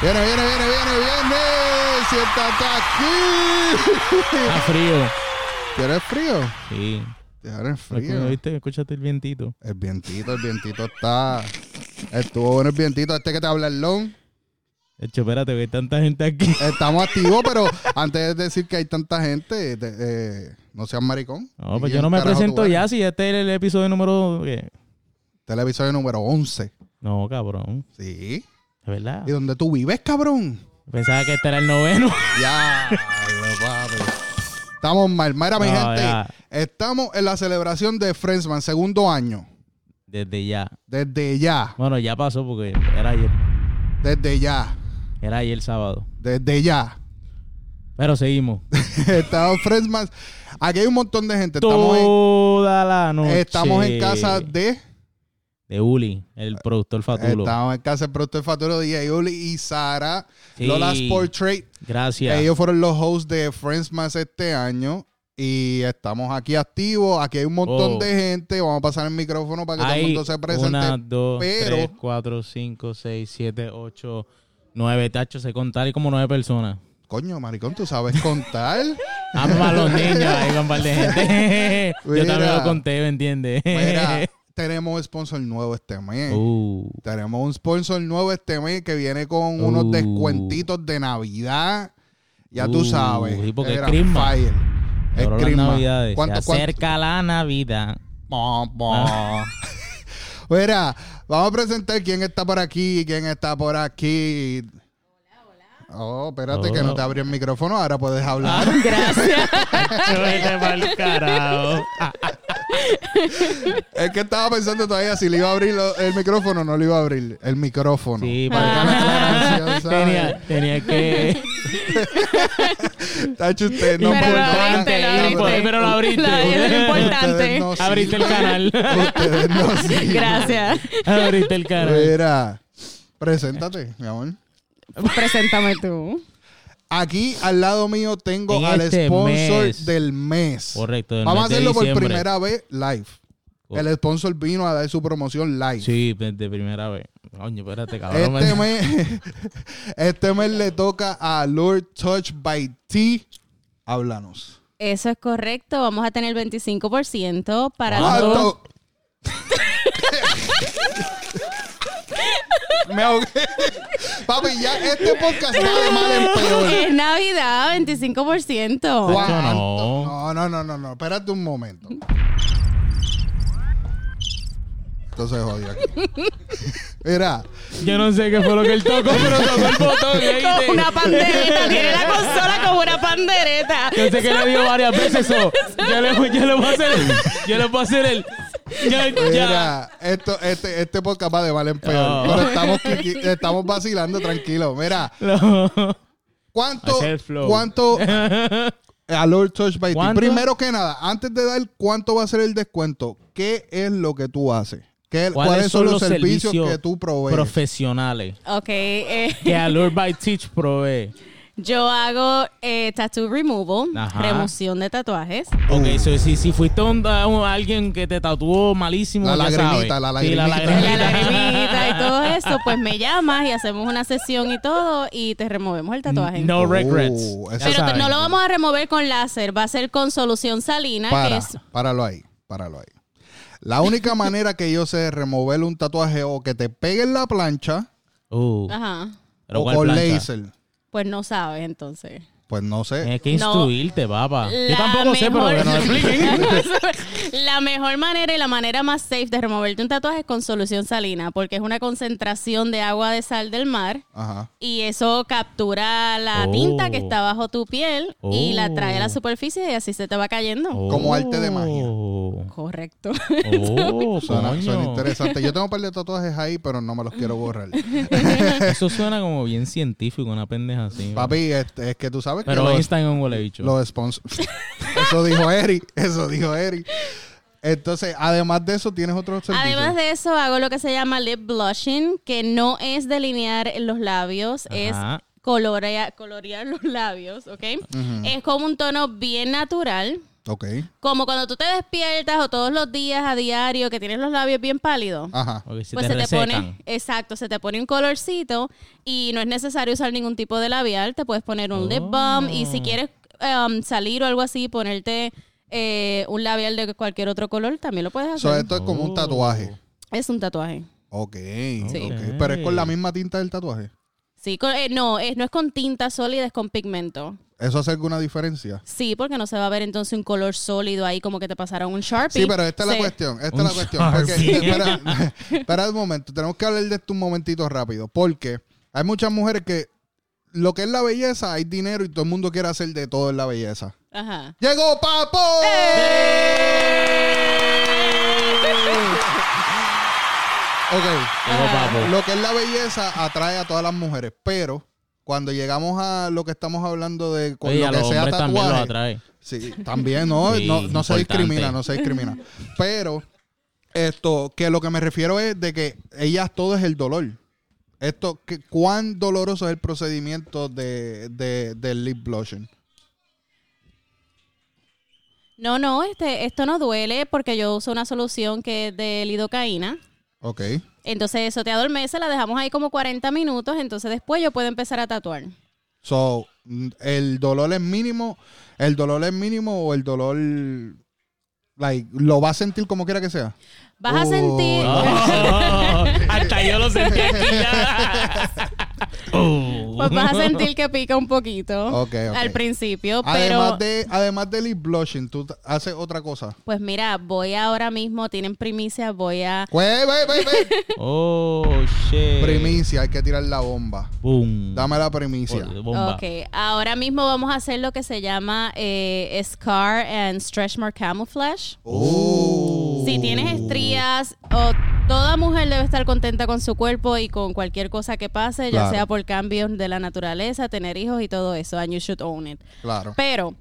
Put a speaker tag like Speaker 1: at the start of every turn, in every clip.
Speaker 1: Viene, viene, viene, viene, viene. Siéntate aquí.
Speaker 2: Está frío.
Speaker 1: ¿Tienes frío?
Speaker 2: Sí.
Speaker 1: Tienes
Speaker 2: Escu-
Speaker 1: frío.
Speaker 2: ¿Viste? Escúchate el vientito.
Speaker 1: El vientito, el vientito está. Estuvo bueno el vientito. Este que te habla el long.
Speaker 2: Hecho, espérate, que hay tanta gente aquí.
Speaker 1: Estamos activos, pero antes de decir que hay tanta gente, te- eh, no seas maricón.
Speaker 2: No, pues
Speaker 1: ¿Quién
Speaker 2: yo no me
Speaker 1: carajo tú
Speaker 2: presento
Speaker 1: eres?
Speaker 2: ya si este es el episodio número. ¿qué?
Speaker 1: Este es el episodio número 11.
Speaker 2: No, cabrón.
Speaker 1: Sí.
Speaker 2: De verdad.
Speaker 1: ¿Y dónde tú vives, cabrón?
Speaker 2: Pensaba que este era el noveno.
Speaker 1: Ya, lo papi. Estamos mal. Mira, mi
Speaker 2: No,
Speaker 1: gente,
Speaker 2: ya.
Speaker 1: estamos en la celebración de Friendsman, segundo año.
Speaker 2: Desde ya.
Speaker 1: Desde ya,
Speaker 2: Bueno, ya pasó porque era ayer.
Speaker 1: desde ya,
Speaker 2: Era ayer sábado.
Speaker 1: desde ya.
Speaker 2: Pero seguimos.
Speaker 1: estamos Friendsman. Aquí hay un montón de gente. Estamos en,
Speaker 2: Toda la noche.
Speaker 1: estamos en casa de...
Speaker 2: De Uli, el productor Fatulo.
Speaker 1: Estamos en casa del productor Faturo, DJ Uli y Sara.
Speaker 2: Sí.
Speaker 1: Lola's Portrait.
Speaker 2: Gracias.
Speaker 1: Ellos fueron los hosts de Friends Más este año. Y estamos aquí activos. Aquí hay un montón
Speaker 2: Oh.
Speaker 1: de gente. Vamos a pasar el micrófono para que todo el
Speaker 2: Hay
Speaker 1: mundo se presente.
Speaker 2: una, dos,
Speaker 1: pero-
Speaker 2: tres, cuatro, cinco, seis, siete, ocho, nueve. Tacho, se contar y como nueve personas.
Speaker 1: Coño, maricón, ¿tú sabes contar?
Speaker 2: Ama a los niños, ahí van un par de gente. Yo también
Speaker 1: Mira.
Speaker 2: lo conté, ¿me entiendes?
Speaker 1: Mira, tenemos sponsor nuevo este mes.
Speaker 2: Uh,
Speaker 1: Tenemos un sponsor nuevo este mes que viene con unos
Speaker 2: Uh.
Speaker 1: descuentitos de Navidad. Ya tú
Speaker 2: Uh,
Speaker 1: sabes.
Speaker 2: sí, porque es
Speaker 1: Era
Speaker 2: Christmas.
Speaker 1: fire. Es
Speaker 2: ahora las
Speaker 1: Christmas.
Speaker 2: navidades.
Speaker 1: ¿Cuánto-
Speaker 2: se
Speaker 1: cuánto-
Speaker 2: acerca la Navidad.
Speaker 1: Pom, pom.
Speaker 2: Ah.
Speaker 1: Mira, vamos a presentar quién está por aquí, quién está por aquí. Oh, espérate que no te abrí el micrófono, ahora puedes
Speaker 2: Ah.
Speaker 1: hablar.
Speaker 2: gracias. Vete pa'l carajo.
Speaker 1: Es que estaba pensando todavía si le iba a abrir lo- el micrófono o no le iba a abrir el micrófono.
Speaker 2: Sí,
Speaker 1: Valga la aclaración, ¿sabes?
Speaker 2: Tenía, tenía que...
Speaker 1: Tacho, ustedes no
Speaker 3: Pero
Speaker 1: por-
Speaker 3: lo
Speaker 1: no-
Speaker 3: abriste, lo
Speaker 1: no-
Speaker 3: abriste.
Speaker 2: Pero lo abriste.
Speaker 3: Lo- es lo importante.
Speaker 1: ustedes no
Speaker 2: Abriste el
Speaker 1: sirven.
Speaker 2: canal.
Speaker 1: Ustedes no sirven.
Speaker 3: Gracias.
Speaker 2: Abriste el canal.
Speaker 1: Mira, preséntate, mi amor.
Speaker 3: Preséntame tú.
Speaker 1: Aquí al lado mío tengo
Speaker 2: En
Speaker 1: al
Speaker 2: este
Speaker 1: sponsor
Speaker 2: mes.
Speaker 1: del mes.
Speaker 2: Correcto, del
Speaker 1: Vamos
Speaker 2: mes
Speaker 1: a
Speaker 2: de
Speaker 1: hacerlo por
Speaker 2: diciembre.
Speaker 1: primera vez live.
Speaker 2: Cor-
Speaker 1: El sponsor vino a dar su promoción live.
Speaker 2: Sí, de de primera vez. Coño, espérate, cabrón.
Speaker 1: Este mes, este mes le toca a Lord Touch by T. Háblanos.
Speaker 3: Eso es correcto. Vamos a tener 25% para
Speaker 2: ¿Cuánto?
Speaker 3: los-
Speaker 1: Alto. Me ahogué. Papi, ya este podcast está de mal en peor.
Speaker 3: Es Navidad, 25%.
Speaker 2: Wow.
Speaker 1: ¿Cuánto? No,
Speaker 2: no.
Speaker 1: no, no, no, no. Espérate un momento. Entonces jodió aquí. Mira,
Speaker 2: Yo no sé qué fue lo que él tocó, pero tocó el botón. ¿oíste?
Speaker 3: Como una pandereta. Tiene la consola como una pandereta.
Speaker 2: Yo sé que le dio varias veces eso. Yo le, yo le voy a hacer el. Yo le voy a hacer el. Ya, ya.
Speaker 1: mira, esto, este, este podcast va de mal en peor.
Speaker 2: No.
Speaker 1: Pero estamos, quiqui- estamos vacilando, tranquilo. Mira,
Speaker 2: No.
Speaker 1: ¿Cuánto?
Speaker 2: Hacer flow.
Speaker 1: ¿Cuánto? A Lord Touch by T.
Speaker 2: ¿Cuánto?
Speaker 1: Primero que nada, antes de dar cuánto va a ser el descuento, ¿qué es lo que tú haces? ¿Qué- ¿Cuáles son los servicios, que tú provees?
Speaker 2: Profesionales.
Speaker 3: Ok. eh,
Speaker 2: Que Allure by Teach provee.
Speaker 3: yo hago eh, tattoo removal,
Speaker 2: Ajá.
Speaker 3: remoción de tatuajes.
Speaker 2: Ok,
Speaker 1: Uh.
Speaker 2: so, si, si fuiste un- a un- a alguien que te tatuó malísimo,
Speaker 1: La
Speaker 2: ya
Speaker 1: lagrimita,
Speaker 2: sabes.
Speaker 1: la
Speaker 2: Sí, la
Speaker 1: lagrimita.
Speaker 2: lagrimita.
Speaker 3: La lagrimita y todo eso, pues me llamas y hacemos una sesión y todo y te removemos el tatuaje.
Speaker 2: No
Speaker 1: Oh,
Speaker 2: regrets.
Speaker 1: eso
Speaker 2: Ya
Speaker 1: está.
Speaker 3: Pero te-
Speaker 2: sabes.
Speaker 3: no lo vamos a remover con láser, va a ser con solución salina, que
Speaker 1: Para,
Speaker 3: es
Speaker 1: páralo ahí, páralo ahí. La única manera que yo sé de remover un tatuaje o que te pegue en la plancha
Speaker 2: Uh,
Speaker 3: ajá.
Speaker 2: pero
Speaker 1: o
Speaker 2: ¿cuál
Speaker 1: con
Speaker 2: plancha?
Speaker 1: laser,
Speaker 3: Pues no sabes entonces.
Speaker 1: pues no sé.
Speaker 2: Tienes que
Speaker 3: No.
Speaker 2: instruirte, papá. Ah. Yo
Speaker 3: La
Speaker 2: tampoco sé, pero
Speaker 3: mejor-
Speaker 2: que nos expliquen.
Speaker 3: la mejor manera y la manera más safe de removerte un tatuaje es con solución salina, porque es una concentración de agua de sal del mar
Speaker 1: Ajá.
Speaker 3: y eso captura la
Speaker 2: Oh.
Speaker 3: tinta que está bajo tu piel y la trae a la
Speaker 2: Oh.
Speaker 3: superficie y así se te va cayendo.
Speaker 1: Como arte de magia.
Speaker 2: Oh,
Speaker 3: Correcto.
Speaker 2: oh,
Speaker 1: Suena,
Speaker 2: coño.
Speaker 1: suena interesante. Yo tengo un par de tatuajes ahí, pero no me los quiero borrar.
Speaker 2: Eso suena como bien científico, una pendeja así.
Speaker 1: Papi, este, es que tú sabes
Speaker 2: Pero
Speaker 1: que los-
Speaker 2: Einstein es un huele bicho.
Speaker 1: Los sponsors. eso dijo Eri. Eso dijo Eri. Entonces, además de eso, tienes otros servicios.
Speaker 3: Además de eso, hago lo que se llama lip blushing, que no es delinear los labios,
Speaker 2: Ajá.
Speaker 3: es colorea- colorear los labios, ¿ok? Es como un tono bien natural.
Speaker 1: Ok.
Speaker 3: Como cuando tú te despiertas o todos los días a diario que tienes los labios bien pálidos.
Speaker 1: Ajá.
Speaker 2: Ok, se
Speaker 3: pues
Speaker 2: te
Speaker 3: se te pone,
Speaker 2: resecan.
Speaker 3: exacto, se te pone un colorcito y no es necesario usar ningún tipo de labial, te puedes poner un lip balm y
Speaker 2: Oh.
Speaker 3: si quieres um, salir o algo así, ponerte eh, un labial de cualquier otro color, también lo puedes hacer.
Speaker 1: So, esto es como un
Speaker 2: Oh.
Speaker 1: tatuaje.
Speaker 3: Es un tatuaje.
Speaker 1: Ok.
Speaker 3: Sí.
Speaker 1: ok. Pero es con la misma tinta del tatuaje.
Speaker 3: Sí, con- eh, no, es, no es con tinta sólida, es con pigmento.
Speaker 1: ¿Eso hace alguna diferencia?
Speaker 3: Sí, porque no se va a ver entonces un color sólido ahí como que te pasaron un Sharpie.
Speaker 1: Sí, pero esta es la
Speaker 3: Se-
Speaker 1: cuestión. Esta
Speaker 2: Un
Speaker 1: es la cuestión. Porque,
Speaker 2: Sharpie.
Speaker 1: espera, espera un momento. Tenemos que hablar de esto un momentito rápido. Porque hay muchas mujeres que lo que es la belleza, hay dinero y todo el mundo quiere hacer de todo en la belleza.
Speaker 3: Ajá.
Speaker 1: ¡Llegó Papo! Ok.
Speaker 2: Llegó
Speaker 3: Ah.
Speaker 2: papo.
Speaker 1: Lo que es la belleza atrae a todas las mujeres. Pero cuando llegamos a lo que estamos hablando de con
Speaker 2: Oye,
Speaker 1: lo
Speaker 2: a
Speaker 1: que
Speaker 2: los
Speaker 1: sea
Speaker 2: hombres también los
Speaker 1: tatuaje.
Speaker 2: atrae.
Speaker 1: Sí, también, no,
Speaker 2: Sí,
Speaker 1: no, no se
Speaker 2: importante.
Speaker 1: discrimina, no se discrimina. Pero esto, que lo que me refiero es de que ellas todo es el dolor. Esto, que, ¿cuán doloroso es el procedimiento de, de, del lip blushing?
Speaker 3: No, no, este, esto no duele porque yo uso una solución que es de lidocaína.
Speaker 1: Ok.
Speaker 3: Entonces eso te adormece, la dejamos ahí como 40 minutos, entonces después yo puedo empezar a tatuar.
Speaker 1: So, mm, el dolor es mínimo, el dolor es mínimo o el dolor, like, lo va a sentir como quiera que sea.
Speaker 3: Vas a
Speaker 1: Oh.
Speaker 3: sentir...
Speaker 2: Oh, hasta yo lo sentí aquí ya. Oh.
Speaker 3: Pues vas a sentir que pica un poquito
Speaker 1: Ok, ok.
Speaker 3: al principio, pero
Speaker 1: Además de, además del lip blushing, tú t- haces otra cosa.
Speaker 3: pues mira, voy ahora mismo, tienen primicia, voy a
Speaker 1: Güey, güey, güey, güey.
Speaker 2: Oh, shit.
Speaker 1: pues, Primicia, hay que tirar la bomba.
Speaker 2: Boom. Oh,
Speaker 1: Dame la primicia.
Speaker 2: Bomba.
Speaker 3: Ok, ahora mismo vamos a hacer lo que se llama eh, Scar and Stretch Mark Camouflage. Si tienes estrías, o toda mujer debe estar contenta con su cuerpo y con cualquier cosa que pase, ya
Speaker 1: Claro.
Speaker 3: sea por cambios de la naturaleza, tener hijos y todo eso. And you should own it.
Speaker 1: Claro.
Speaker 3: Pero,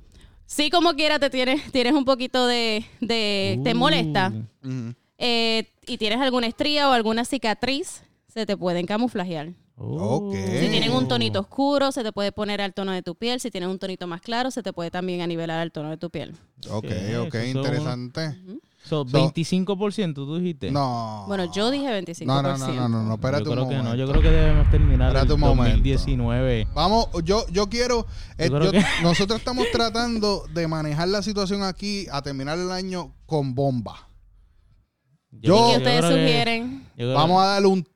Speaker 3: si como quiera te tienes, tienes un poquito de, de- te molesta
Speaker 1: Ujú.
Speaker 3: eh, y tienes alguna estría o alguna cicatriz, se te pueden camuflajear.
Speaker 2: Oh.
Speaker 1: Ok.
Speaker 3: Si tienen un
Speaker 2: Oh.
Speaker 3: tonito oscuro, se te puede poner al tono de tu piel. Si tienes un tonito más claro, se te puede también anivelar al tono de tu piel.
Speaker 1: Ok,
Speaker 2: Sí,
Speaker 1: ok,
Speaker 2: eso es
Speaker 1: interesante.
Speaker 2: So, 25% tú dijiste.
Speaker 1: No.
Speaker 3: Bueno, yo dije 25%.
Speaker 1: No, Ah. no, no, no, no, no, espérate
Speaker 2: yo
Speaker 1: un
Speaker 2: creo que no,
Speaker 1: momento.
Speaker 2: yo creo que debemos terminar
Speaker 1: Espérate
Speaker 2: el
Speaker 1: un momento.
Speaker 2: 2019.
Speaker 1: Vamos, yo, yo quiero. eh,
Speaker 2: Yo
Speaker 1: yo-
Speaker 2: creo que-
Speaker 1: Nosotros estamos tratando de manejar la situación aquí a terminar el año con bomba. Yo-
Speaker 2: creo-
Speaker 3: ¿Qué ustedes
Speaker 2: creo que-
Speaker 3: sugieren?
Speaker 2: yo creo-
Speaker 1: Vamos a darle un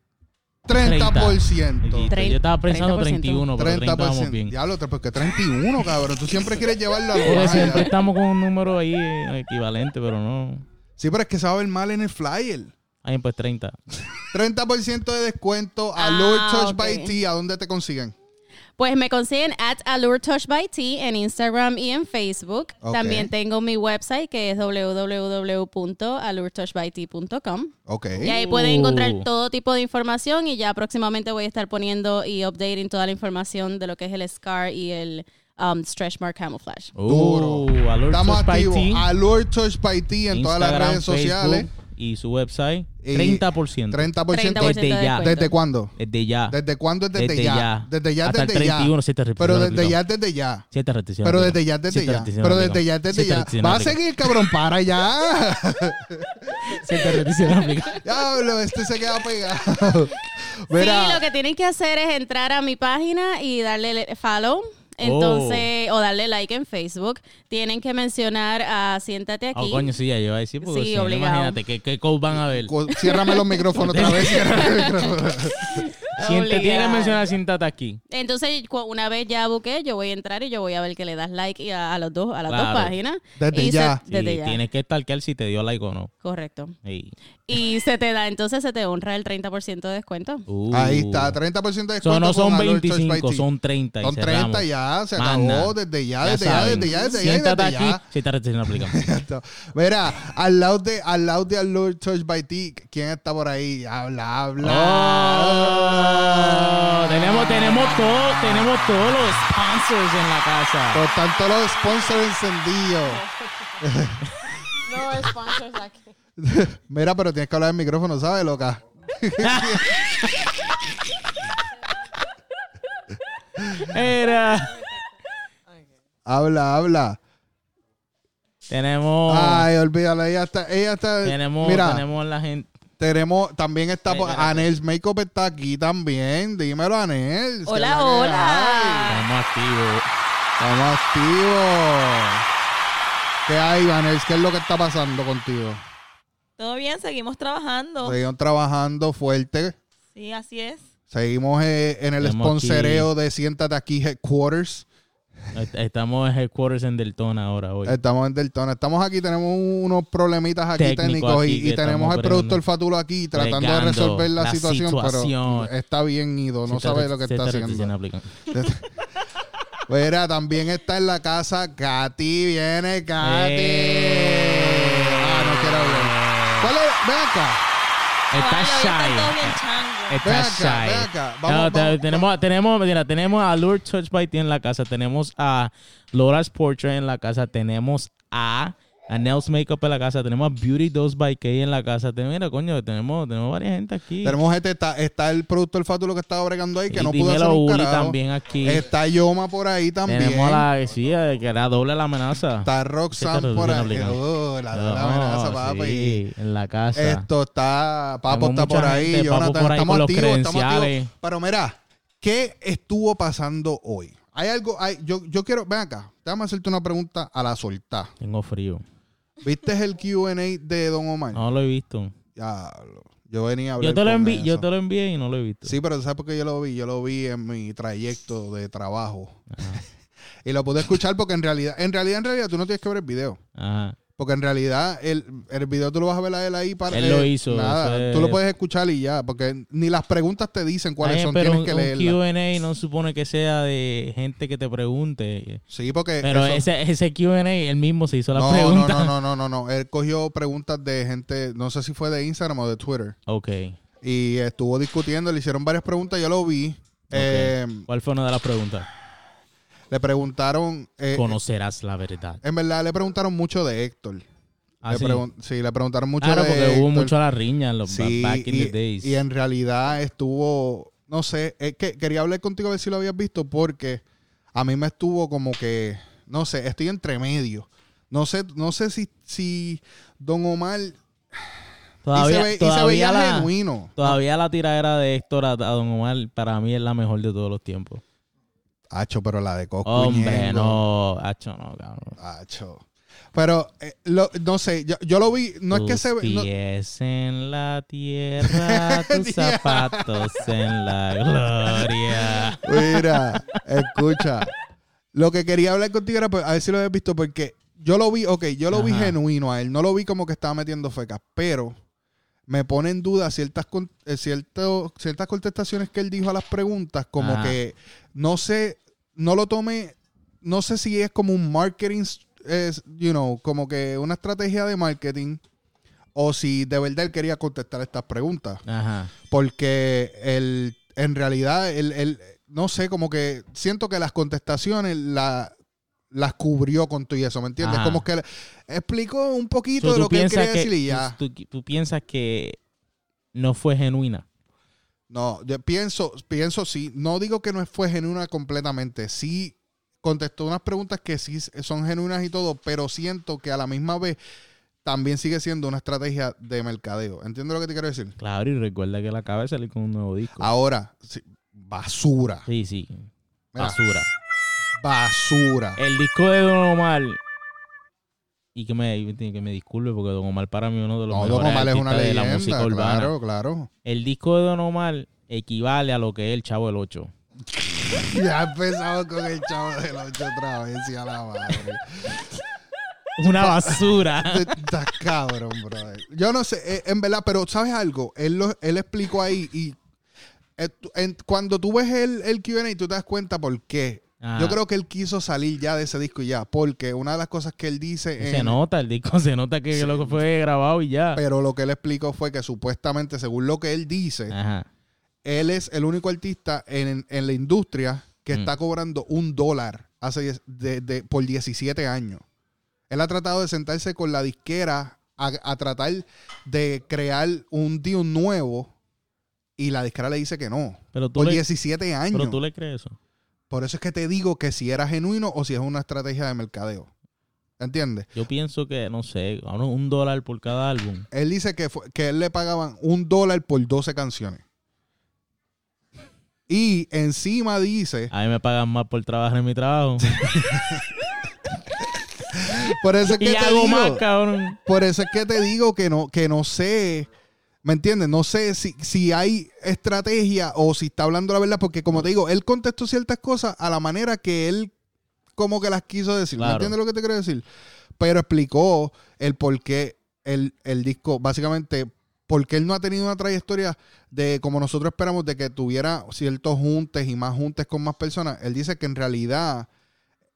Speaker 1: 30%.
Speaker 2: Listo,
Speaker 3: Tre-
Speaker 2: Yo estaba pensando 31, pero 30 vamos
Speaker 1: 30%.
Speaker 2: bien.
Speaker 1: Diablo, porque 31, cabrón. Tú siempre quieres llevarlo a
Speaker 2: Porque
Speaker 1: la
Speaker 2: siempre
Speaker 1: raya.
Speaker 2: estamos con un número ahí eh, equivalente, pero no.
Speaker 1: Sí, pero es que se va a ver mal en el flyer.
Speaker 2: Ahí pues 30.
Speaker 1: 30% de descuento a
Speaker 3: Ah,
Speaker 1: Lord Touch
Speaker 3: ok.
Speaker 1: by T. ¿A dónde te consiguen?
Speaker 3: Pues me consiguen at Allure Touch by T en Instagram y en Facebook.
Speaker 1: Ok.
Speaker 3: También tengo mi website que es www.allurtouchbyt.com.
Speaker 1: Ok.
Speaker 3: Y ahí pueden encontrar
Speaker 2: Uh.
Speaker 3: todo tipo de información y ya próximamente voy a estar poniendo y updating toda la información de lo que es el scar y el um, stretch mark camouflage.
Speaker 1: Duro.
Speaker 2: Uh, Alert
Speaker 1: Estamos
Speaker 2: Touch by
Speaker 1: activos.
Speaker 2: T,
Speaker 1: Alert Touch by T en todas las
Speaker 2: Instagram,
Speaker 1: redes sociales.
Speaker 2: Facebook y su website.
Speaker 1: Y
Speaker 2: 30%.
Speaker 1: 30%.
Speaker 3: 30%
Speaker 2: Desde ya.
Speaker 3: descuento.
Speaker 1: ¿Desde cuándo?
Speaker 2: Desde ya.
Speaker 1: ¿Desde cuándo es desde,
Speaker 2: Desde
Speaker 1: ya?
Speaker 2: ya.
Speaker 1: Desde ya,
Speaker 2: Hasta el
Speaker 1: desde
Speaker 2: 31
Speaker 1: ya.
Speaker 2: se te repite,
Speaker 1: Pero
Speaker 2: se te
Speaker 1: desde
Speaker 2: repite.
Speaker 1: ya, desde ya.
Speaker 2: Cierta restricción.
Speaker 1: Pero
Speaker 2: aplica.
Speaker 1: desde ya, desde
Speaker 2: Cierta
Speaker 1: ya.
Speaker 2: restricción
Speaker 1: Pero
Speaker 2: aplica.
Speaker 1: desde ya, desde
Speaker 2: Cierta
Speaker 1: ya.
Speaker 2: restricción
Speaker 1: Va a
Speaker 2: aplica.
Speaker 1: seguir, cabrón, para ya.
Speaker 2: Cierta restricción aplica.
Speaker 1: Diablo, este se queda pegado.
Speaker 3: Sí,
Speaker 1: Mira,
Speaker 3: lo que tienen que hacer es entrar a mi página y darle le- follow. Entonces, o darle like en Facebook. Tienen que mencionar a Siéntate aquí.
Speaker 2: Oh, coño, sí, ya yo iba a decir. Porque
Speaker 3: Sí,
Speaker 2: si no,
Speaker 3: obligado.
Speaker 2: Imagínate, ¿qué, qué code van a ver?
Speaker 1: co- ciérrame los micrófonos otra vez. ciérrame los micrófonos.
Speaker 2: Siente, tienes
Speaker 3: Obligado.
Speaker 2: mencionar siéntate aquí.
Speaker 3: Entonces, cu- una vez ya busqué, yo voy a entrar y yo voy a ver que le das like y a, a los dos, a las
Speaker 2: Claro.
Speaker 3: dos páginas.
Speaker 1: Desde
Speaker 3: Y se-
Speaker 1: ya.
Speaker 2: Y
Speaker 3: desde ya.
Speaker 2: Tienes que stalkear si te dio like o no.
Speaker 3: Correcto.
Speaker 2: Ey.
Speaker 3: Y se te da, entonces se te honra el 30% de descuento.
Speaker 2: Uh.
Speaker 1: Ahí está, 30% de descuento.
Speaker 2: So, no son
Speaker 1: con Alert Touch by
Speaker 2: 25,
Speaker 1: T.
Speaker 2: son 30. y
Speaker 1: Son 30
Speaker 2: cerramos.
Speaker 1: ya, se
Speaker 2: Más
Speaker 1: acabó.
Speaker 2: nada.
Speaker 1: Desde ya, desde ya,
Speaker 2: saben.
Speaker 1: desde ya, desde ya,
Speaker 2: Siéntate
Speaker 1: desde
Speaker 2: aquí.
Speaker 1: ya.
Speaker 2: Si esta restricción aplica.
Speaker 1: Exacto. Mira, al lado de al lado de Allure Touch by T, ¿quién está por ahí? Habla, habla.
Speaker 2: Oh, tenemos, tenemos todo, tenemos todos los sponsors en la casa.
Speaker 1: Por tanto, los sponsors encendidos.
Speaker 3: No, sponsors aquí.
Speaker 1: Mira, pero tienes que hablar el micrófono, ¿sabes, loca?
Speaker 2: Era.
Speaker 1: Habla, habla.
Speaker 2: Tenemos.
Speaker 1: Ay, olvídala, ella está, ella está.
Speaker 2: tenemos,
Speaker 1: Ah, mira, tenemos,
Speaker 2: tenemos la gente.
Speaker 1: también está
Speaker 2: Eh,
Speaker 1: por-
Speaker 2: espérate.
Speaker 1: Anels Makeup está aquí también. Dímelo, Anels. ¿qué
Speaker 3: Hola,
Speaker 1: es la que
Speaker 3: hola.
Speaker 1: hay?
Speaker 2: Estamos activos.
Speaker 1: Estamos activos. ¿Qué hay, Anels? ¿Qué es lo que está pasando contigo?
Speaker 4: Todo bien, seguimos trabajando. Sí,
Speaker 1: Seguimos trabajando fuerte.
Speaker 4: así es.
Speaker 1: Seguimos eh, en el
Speaker 2: Estamos
Speaker 1: sponsoreo de Siéntate aquí Headquarters.
Speaker 2: Est- Estamos en headquarters en Deltona ahora hoy.
Speaker 1: Estamos en Deltona. Estamos aquí, tenemos unos problemitas aquí
Speaker 2: Técnico
Speaker 1: técnicos
Speaker 2: aquí
Speaker 1: y- y,
Speaker 2: que
Speaker 1: tenemos
Speaker 2: estamos
Speaker 1: al productor
Speaker 2: bregando.
Speaker 1: Fatulo aquí tratando de
Speaker 2: Bregando
Speaker 1: resolver la,
Speaker 2: la
Speaker 1: situación,
Speaker 2: situación.
Speaker 1: pero está bien ido, no
Speaker 2: Se
Speaker 1: sabe
Speaker 2: está-
Speaker 1: lo que
Speaker 2: se
Speaker 1: está
Speaker 2: restricción
Speaker 1: haciendo.
Speaker 2: aplicando.
Speaker 1: Mira, también está en la casa Katy, viene Katy.
Speaker 2: Eh.
Speaker 1: Ah, no quiero hablar. ¿Cuál es? Ven acá.
Speaker 2: Está
Speaker 4: Ay, hoy están todos
Speaker 2: shy.
Speaker 4: bien chango.
Speaker 2: Está
Speaker 1: Ven acá,
Speaker 2: shy.
Speaker 1: ven acá.
Speaker 2: No,
Speaker 1: Vamos,
Speaker 2: te-
Speaker 1: vamos,
Speaker 2: tenemos, tenemos, mira, tenemos a Lord Touch by T en la casa. Tenemos a Laura's Portrait en la casa. Tenemos a, a Nels Makeup en la casa. Tenemos a Beauty Dose by K en la casa. Te- mira, coño, tenemos, tenemos varias gente aquí.
Speaker 1: Tenemos gente, está, está el productor Fatulo que estaba bregando ahí, que
Speaker 2: Y
Speaker 1: no pudo hacer
Speaker 2: Dímelo
Speaker 1: un
Speaker 2: Uli
Speaker 1: carajo.
Speaker 2: también aquí.
Speaker 1: Está Yoma por ahí también.
Speaker 2: Tenemos a la sí, eh, que era doble la amenaza.
Speaker 1: Está Roxanne por ahí. Oh, la, la, la
Speaker 2: No,
Speaker 1: amenaza, papi.
Speaker 2: sí, en la casa.
Speaker 1: Esto está, Papo
Speaker 2: Tenemos
Speaker 1: está por
Speaker 2: mucha
Speaker 1: ahí,
Speaker 2: gente, Papo
Speaker 1: Jonathan,
Speaker 2: por ahí
Speaker 1: estamos
Speaker 2: con los
Speaker 1: activos, estamos
Speaker 2: credenciales.
Speaker 1: activos. Pero mira, ¿qué estuvo pasando hoy? Hay algo, hay- yo, yo quiero, ven acá, déjame hacerte una pregunta a la soltá.
Speaker 2: Tengo frío.
Speaker 1: ¿Viste el Q&A de Don Omar?
Speaker 2: No lo he visto.
Speaker 1: Diablo, yo venía a hablar
Speaker 2: Yo te, lo
Speaker 1: con
Speaker 2: envi- yo
Speaker 1: eso.
Speaker 2: te lo envié y no lo he visto.
Speaker 1: Sí, pero ¿sabes por qué yo lo vi? Yo lo vi en mi trayecto de trabajo. y lo pude escuchar porque en realidad, en realidad, en realidad, tú no tienes que ver el video.
Speaker 2: Ajá.
Speaker 1: Porque en realidad el, el video tú lo vas a ver a él ahí para eh,
Speaker 2: Él lo hizo,
Speaker 1: Nada,
Speaker 2: eso es-
Speaker 1: tú lo puedes escuchar y ya, porque ni las preguntas te dicen cuáles
Speaker 2: Está
Speaker 1: son,
Speaker 2: bien, pero
Speaker 1: tienes
Speaker 2: un-
Speaker 1: que
Speaker 2: un,
Speaker 1: leerlas.
Speaker 2: Q&A no supone que sea de gente que te pregunte.
Speaker 1: Sí, porque
Speaker 2: Pero
Speaker 1: eso-
Speaker 2: ese, ese Q&A, él mismo se hizo la
Speaker 1: no,
Speaker 2: pregunta.
Speaker 1: no, no, no, no, no, no. Él cogió preguntas de gente, no sé si fue de Instagram o de Twitter
Speaker 2: Ok.
Speaker 1: y estuvo discutiendo, le hicieron varias preguntas, yo lo vi.
Speaker 2: ok.
Speaker 1: Eh,
Speaker 2: ¿Cuál fue una de las preguntas?
Speaker 1: le preguntaron eh,
Speaker 2: Conocerás la verdad.
Speaker 1: en verdad le preguntaron mucho de Héctor.
Speaker 2: Ah,
Speaker 1: Le
Speaker 2: sí.
Speaker 1: pregun- sí, le preguntaron mucho
Speaker 2: Claro,
Speaker 1: de
Speaker 2: porque hubo
Speaker 1: Héctor.
Speaker 2: mucho la riña en los
Speaker 1: Sí,
Speaker 2: back in
Speaker 1: y, e,
Speaker 2: the days.
Speaker 1: y en realidad estuvo, no sé, es que quería hablar contigo a ver si lo habías visto porque a mí me estuvo como que, no sé, estoy entre medio. No sé, no sé si, si Don Omar y se
Speaker 2: todavía,
Speaker 1: ve- y se,
Speaker 2: todavía
Speaker 1: veía
Speaker 2: la,
Speaker 1: genuino.
Speaker 2: todavía la tiradera de Héctor a, a Don Omar para mí es la mejor de todos los tiempos.
Speaker 1: Hacho, pero la de Coscu
Speaker 2: Hombre,
Speaker 1: Ñengo.
Speaker 2: no. Hacho, no, cabrón.
Speaker 1: Hacho. Pero, eh, lo- no sé, yo, yo lo vi, no es que
Speaker 2: Tus
Speaker 1: se ve... no-
Speaker 2: pies en la tierra, tus zapatos en la gloria.
Speaker 1: Mira, escucha. Lo que quería hablar contigo era pues, a ver si lo habías visto, porque yo lo vi, ok, yo lo vi
Speaker 2: Ajá.
Speaker 1: genuino a él, no lo vi como que estaba metiendo fecas, pero me pone en duda ciertas, con- eh, cierto- ciertas contestaciones que él dijo a las preguntas, como
Speaker 2: Ajá.
Speaker 1: que no sé, no lo tomé, no sé si es como un marketing, es, you know, como que una estrategia de marketing, o si de verdad él quería contestar estas preguntas
Speaker 2: Ajá.
Speaker 1: porque el, en realidad, el, el- no sé, como que siento que las contestaciones la- las cubrió con todo y eso, ¿me entiendes?
Speaker 2: Ajá.
Speaker 1: Como que explicó un poquito
Speaker 2: So,
Speaker 1: de
Speaker 2: tú
Speaker 1: lo que él
Speaker 2: piensas
Speaker 1: quería decir y ya.
Speaker 2: Tú, tú- tú piensas que no fue genuina.
Speaker 1: No, yo pienso, pienso sí, no digo que no fue genuina completamente, sí contestó unas preguntas que sí son genuinas y todo, pero siento que a la misma vez también sigue siendo una estrategia de mercadeo. ¿Entiendes lo que te quiero decir?
Speaker 2: Claro, y recuerda que la acaba de salir con un nuevo disco.
Speaker 1: Ahora, sí, basura,
Speaker 2: Sí, sí.
Speaker 1: Ah, Mira.
Speaker 2: Basura.
Speaker 1: basura.
Speaker 2: El disco de Don Omar. Y que me, y que me disculpe porque Don Omar para mí es uno de los
Speaker 1: No,
Speaker 2: mejores
Speaker 1: Don Omar es una
Speaker 2: artistas de
Speaker 1: leyenda,
Speaker 2: la música urbana.
Speaker 1: claro, claro.
Speaker 2: El disco de Don Omar equivale a lo que es el Chavo del 8.
Speaker 1: Ya empezamos con el chavo del 8 otra vez y a la madre.
Speaker 2: Una basura.
Speaker 1: Tú Estás cabrón, bro. Yo no sé, eh, en verdad, pero ¿sabes algo? Él, lo, él explicó ahí y eh, tú- en- cuando tú ves el, el Q&A tú te das cuenta por qué.
Speaker 2: Ajá.
Speaker 1: Yo creo que él quiso salir ya de ese disco y ya, porque una de las cosas que él dice
Speaker 2: Se
Speaker 1: en-
Speaker 2: nota, el disco se nota que lo que fue grabado y ya.
Speaker 1: Pero lo que él explicó fue que supuestamente, según lo que él dice,
Speaker 2: Ajá.
Speaker 1: él es el único artista en, en la industria que
Speaker 2: Mm.
Speaker 1: está cobrando un dólar hace diez- de- de- por 17 años. Él ha tratado de sentarse con la disquera a, a tratar de crear un deal nuevo y la disquera le dice que no.
Speaker 2: Pero tú,
Speaker 1: Por
Speaker 2: le,
Speaker 1: 17 años.
Speaker 2: pero tú le crees eso.
Speaker 1: Por eso es que te digo que si era genuino o si es una estrategia de mercadeo. ¿Entiendes?
Speaker 2: Yo pienso que, no sé, ahora un dólar por cada álbum.
Speaker 1: Él dice que, fue- que él le pagaban un dólar por 12 canciones. Y encima dice,
Speaker 2: A mí me pagan más por trabajar en mi trabajo.
Speaker 1: por eso es que
Speaker 2: y
Speaker 1: te
Speaker 2: hago
Speaker 1: digo-
Speaker 2: más, cabrón.
Speaker 1: Por eso es que te digo que no, que no sé. ¿Me entiendes? No sé si, si hay estrategia o si está hablando la verdad, porque como te digo, él contestó ciertas cosas a la manera que él como que las quiso decir. ¿Me
Speaker 2: Claro.
Speaker 1: entiendes lo que te quiero decir? Pero explicó el por qué el, el disco, básicamente, porque él no ha tenido una trayectoria de como nosotros esperamos, de que tuviera ciertos juntes y más juntes con más personas. Él dice que en realidad